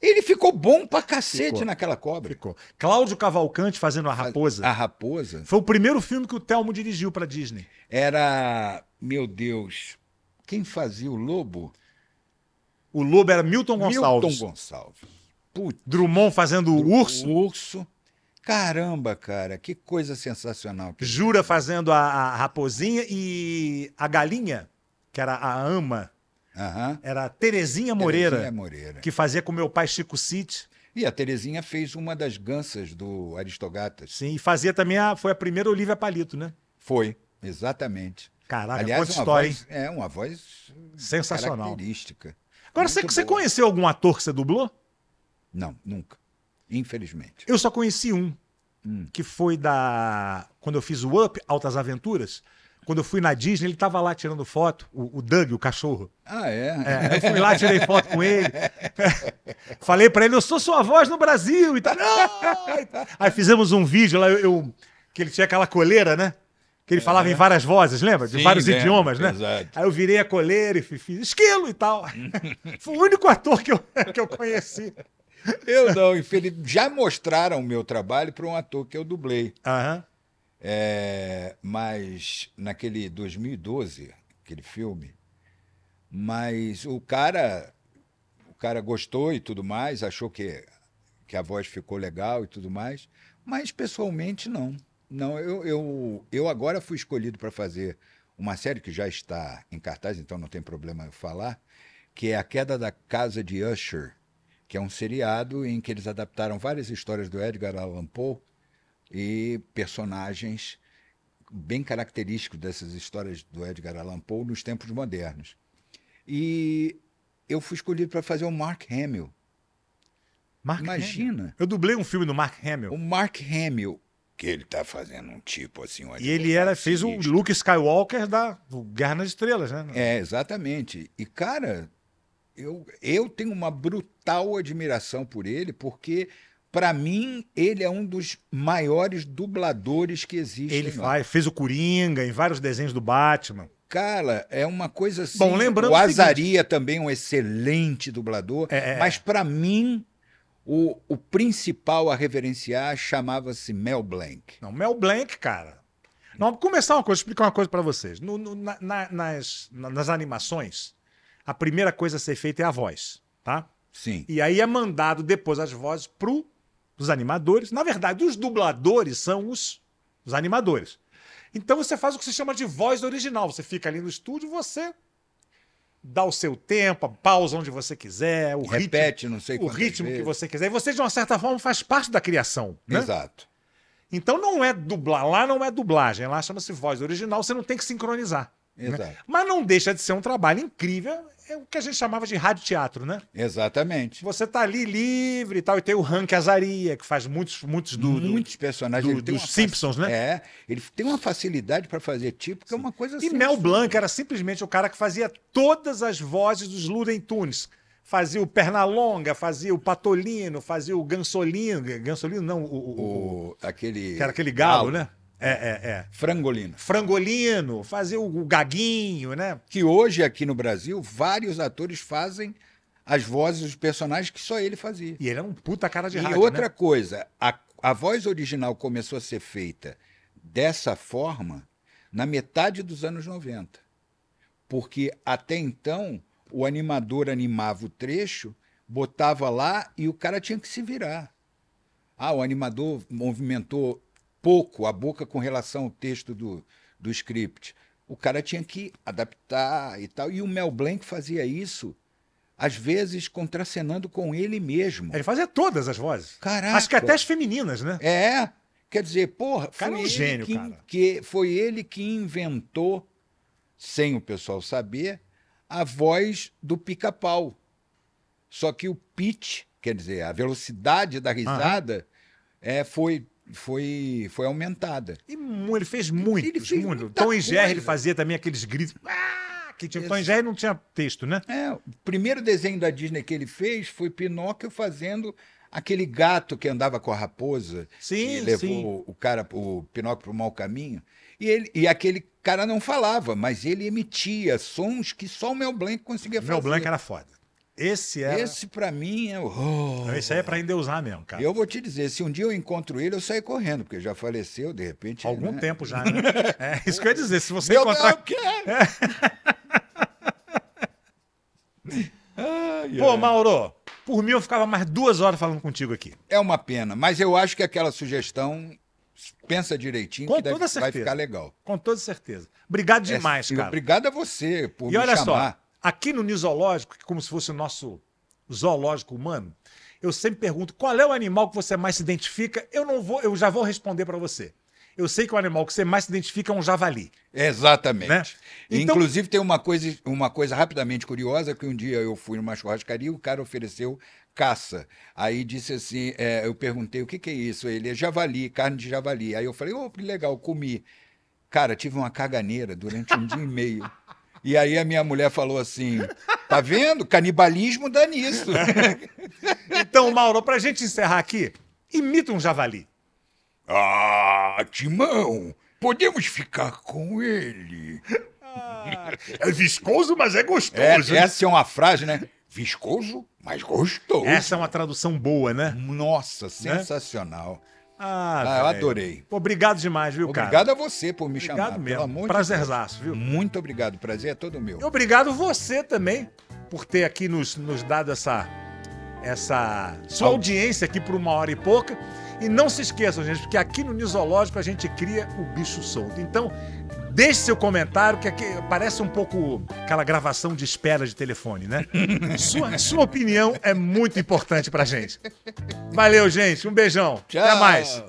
Ele ficou bom pra cacete Ficou. naquela cobra. Ficou. Cláudio Cavalcante fazendo a raposa. A raposa Foi o primeiro filme que o Telmo dirigiu pra Disney. era, meu Deus, quem fazia o lobo? O lobo era Milton Gonçalves. Milton Gonçalves. Putz, Drummond fazendo o urso. o urso. Caramba, cara, que coisa sensacional. que- Jura fazendo a, a raposinha e a galinha, que era a ama, Aham. era a Terezinha Moreira, Terezinha Moreira. que fazia com meu pai Chico City. E a Terezinha fez uma das gansas do Aristogatas. Sim, e fazia também a. Foi a primeira Olivia Palito, né? Foi, exatamente. Caraca, Aliás, quanta uma história, voz, é uma voz hein? Sensacional. característica. Agora, Muito você, você boa. conheceu algum ator que você dublou? Não, nunca. Infelizmente. Eu só conheci um, Hum. que foi da. Quando eu fiz o Up, Altas Aventuras. Quando eu fui na Disney, ele tava lá tirando foto, o, o Doug, o cachorro. Ah, é? <laughs> É, eu fui lá, tirei foto com ele. Falei pra ele, eu sou sua voz no Brasil. E tá, não! Aí fizemos um vídeo lá, eu, eu- que ele tinha aquela coleira, né? Que ele falava em várias vozes, lembra? De Sim, vários lembro, idiomas, né? exato. Aí eu virei a coleira e fi- fiz esquilo <laughs> e tal. Foi o único ator que eu, <laughs> que eu conheci. Eu não, infelizmente. Já mostraram o meu trabalho para um ator que eu dublei. Aham. É, mas naquele 2012, aquele filme, mas o cara, o cara gostou e tudo mais, achou que, que a voz ficou legal e tudo mais, mas pessoalmente não. Não, eu, eu, eu agora fui escolhido para fazer uma série que já está em cartaz, então não tem problema eu falar, que é A Queda da Casa de Usher, que é um seriado em que eles adaptaram várias histórias do Edgar Allan Poe e personagens bem característicos dessas histórias do Edgar Allan Poe nos tempos modernos. E eu fui escolhido para fazer o Mark Hamill. Mark Hamill. Imagina, Eu dublei um filme do Mark Hamill. o Mark Hamill, que ele tá fazendo um tipo assim, um E ele era, fez o sinistro. Luke Skywalker da do Guerra nas Estrelas, né? É, exatamente. E, cara, eu, eu tenho uma brutal admiração por ele, porque, para mim, ele é um dos maiores dubladores que existem. Ele lá. faz, fez o Coringa em vários desenhos do Batman. Cara, é uma coisa assim. Bom, lembrando o o seguinte- Azaria também é um excelente dublador, É, é. mas para mim o, o principal a reverenciar chamava-se Mel Blanc. Não, Mel Blanc, cara. Não, vou começar uma coisa, explicar uma coisa pra vocês. No- no- na- na- nas, na- nas animações, a primeira coisa a ser feita é a voz, tá? Sim. E aí é mandado depois as vozes pro, os animadores. Na verdade, os dubladores são os, os animadores. Então você faz o que se chama de voz original. Você fica ali no estúdio, você dá o seu tempo, a pausa onde você quiser, o ritmo Repete, não sei o quantas ritmo que vezes. você quiser. E você, de uma certa forma, faz parte da criação. Né? Exato. Então não é dublar. Lá não é dublagem. Lá chama-se voz original. Você não tem que sincronizar. né? Exato. Mas não deixa de ser um trabalho incrível. É o que a gente chamava de rádio teatro, né? Exatamente. Você tá ali livre e tal. E tem o Hank Azaria, que faz muitos, muitos do... do- Muitos personagens do- ele tem dos uma Simpsons, né? É, ele tem uma facilidade para fazer tipo que é uma coisa E assim. Mel Blanc era simplesmente o cara que fazia todas as vozes dos Looney Tunes. Fazia o Pernalonga, fazia o Patolino, fazia o Gansolino. Gansolino não, o- o- o o aquele Que era aquele galo, né? É, é, é. Frangolina. Frangolino, fazer o o gaguinho, né? que hoje aqui no Brasil vários atores fazem as vozes dos personagens que só ele fazia. E ele é um puta cara de E rádio, outra né? coisa, a, a voz original começou a ser feita dessa forma na metade dos anos 90. Porque até então o animador animava o trecho, botava lá e o cara tinha que se virar. Ah, o animador movimentou pouco a boca com relação ao texto do, do script. O cara tinha que adaptar e tal. E o Mel Blanc fazia isso, às vezes contracenando com ele mesmo. Ele fazia todas as vozes. Caraca. Acho que até as femininas, né? É. Quer dizer, porra, cara é foi um ele gênio, que, cara. que- foi ele que inventou, sem o pessoal saber, a voz do pica-pau. Só que o pitch, quer dizer, a velocidade da risada, é, foi, foi, foi aumentada. E mu- ele fez muitos, Ele fez muitos. muita Tom e Jerry, ele coisa. fazia também aqueles gritos. Ah! Que tinha... Isso. Tom e Jerry não tinha texto, né? É, o primeiro desenho da Disney que ele fez foi Pinóquio fazendo aquele gato que andava com a raposa. que Sim, levou sim. o cara, o Pinóquio, para o mau caminho. E, ele, e aquele cara não falava, mas ele emitia sons que só o Mel Blanc conseguia fazer. Mel Blanc era foda. Esse era... Esse, Esse, para mim, é o. Oh. aí é pra endeusar mesmo, cara. Eu vou te dizer, se um dia eu encontro ele, eu saio correndo, porque já faleceu, de repente. Algum né? tempo já, <laughs> né? É, isso que eu ia dizer. Se você Meu encontrar... Deus, <laughs> cara! Ai, Pô, ai. Mauro, por mim eu ficava mais duas horas falando contigo aqui. É uma pena, mas eu acho que aquela sugestão pensa direitinho Com que deve- toda vai certeza. ficar legal. Com toda certeza. Obrigado É, demais, e cara. Obrigado a você por E me olha chamar. só, aqui no New Zoológico, que como se fosse o nosso zoológico humano, eu sempre pergunto qual é o animal que você mais se identifica. Eu não vou, eu já vou responder pra você. Eu sei que o animal que você mais se identifica é um javali. Exatamente. Né? Então- Inclusive, tem uma coisa, uma coisa rapidamente curiosa, que um dia eu fui numa churrascaria e o cara ofereceu caça. Aí disse assim, é, eu perguntei, o que, que é isso? Ele é javali, carne de javali. Aí eu falei, ô, que legal, comi. Cara, tive uma caganeira durante um dia e meio. E aí a minha mulher falou assim, tá vendo? Canibalismo dá <laughs> nisso. Então, Mauro, pra gente encerrar aqui, imita um javali. ah, Timão, Podemos ficar com ele. É viscoso, mas é É, gostoso. essa é uma frase, né? Viscoso, mas gostoso. Essa é uma tradução boa, né? Nossa, sensacional. Ah, Ah, eu velho. adorei. Pô, obrigado demais, viu, cara? Obrigado a você por me Obrigado chamar. mesmo. Pelo amor de Prazerzaço, Deus. viu? Muito obrigado. Prazer é todo meu. E obrigado você também por ter aqui nos, nos dado essa, essa sua Au- audiência aqui por uma hora e pouca. E não se esqueçam, gente, porque aqui no Nisológico a gente cria o bicho solto. Então, deixe seu comentário, que aqui parece um pouco aquela gravação de espera de telefone, né? sua, sua opinião é muito importante pra gente. Valeu, gente. Um beijão. Até mais.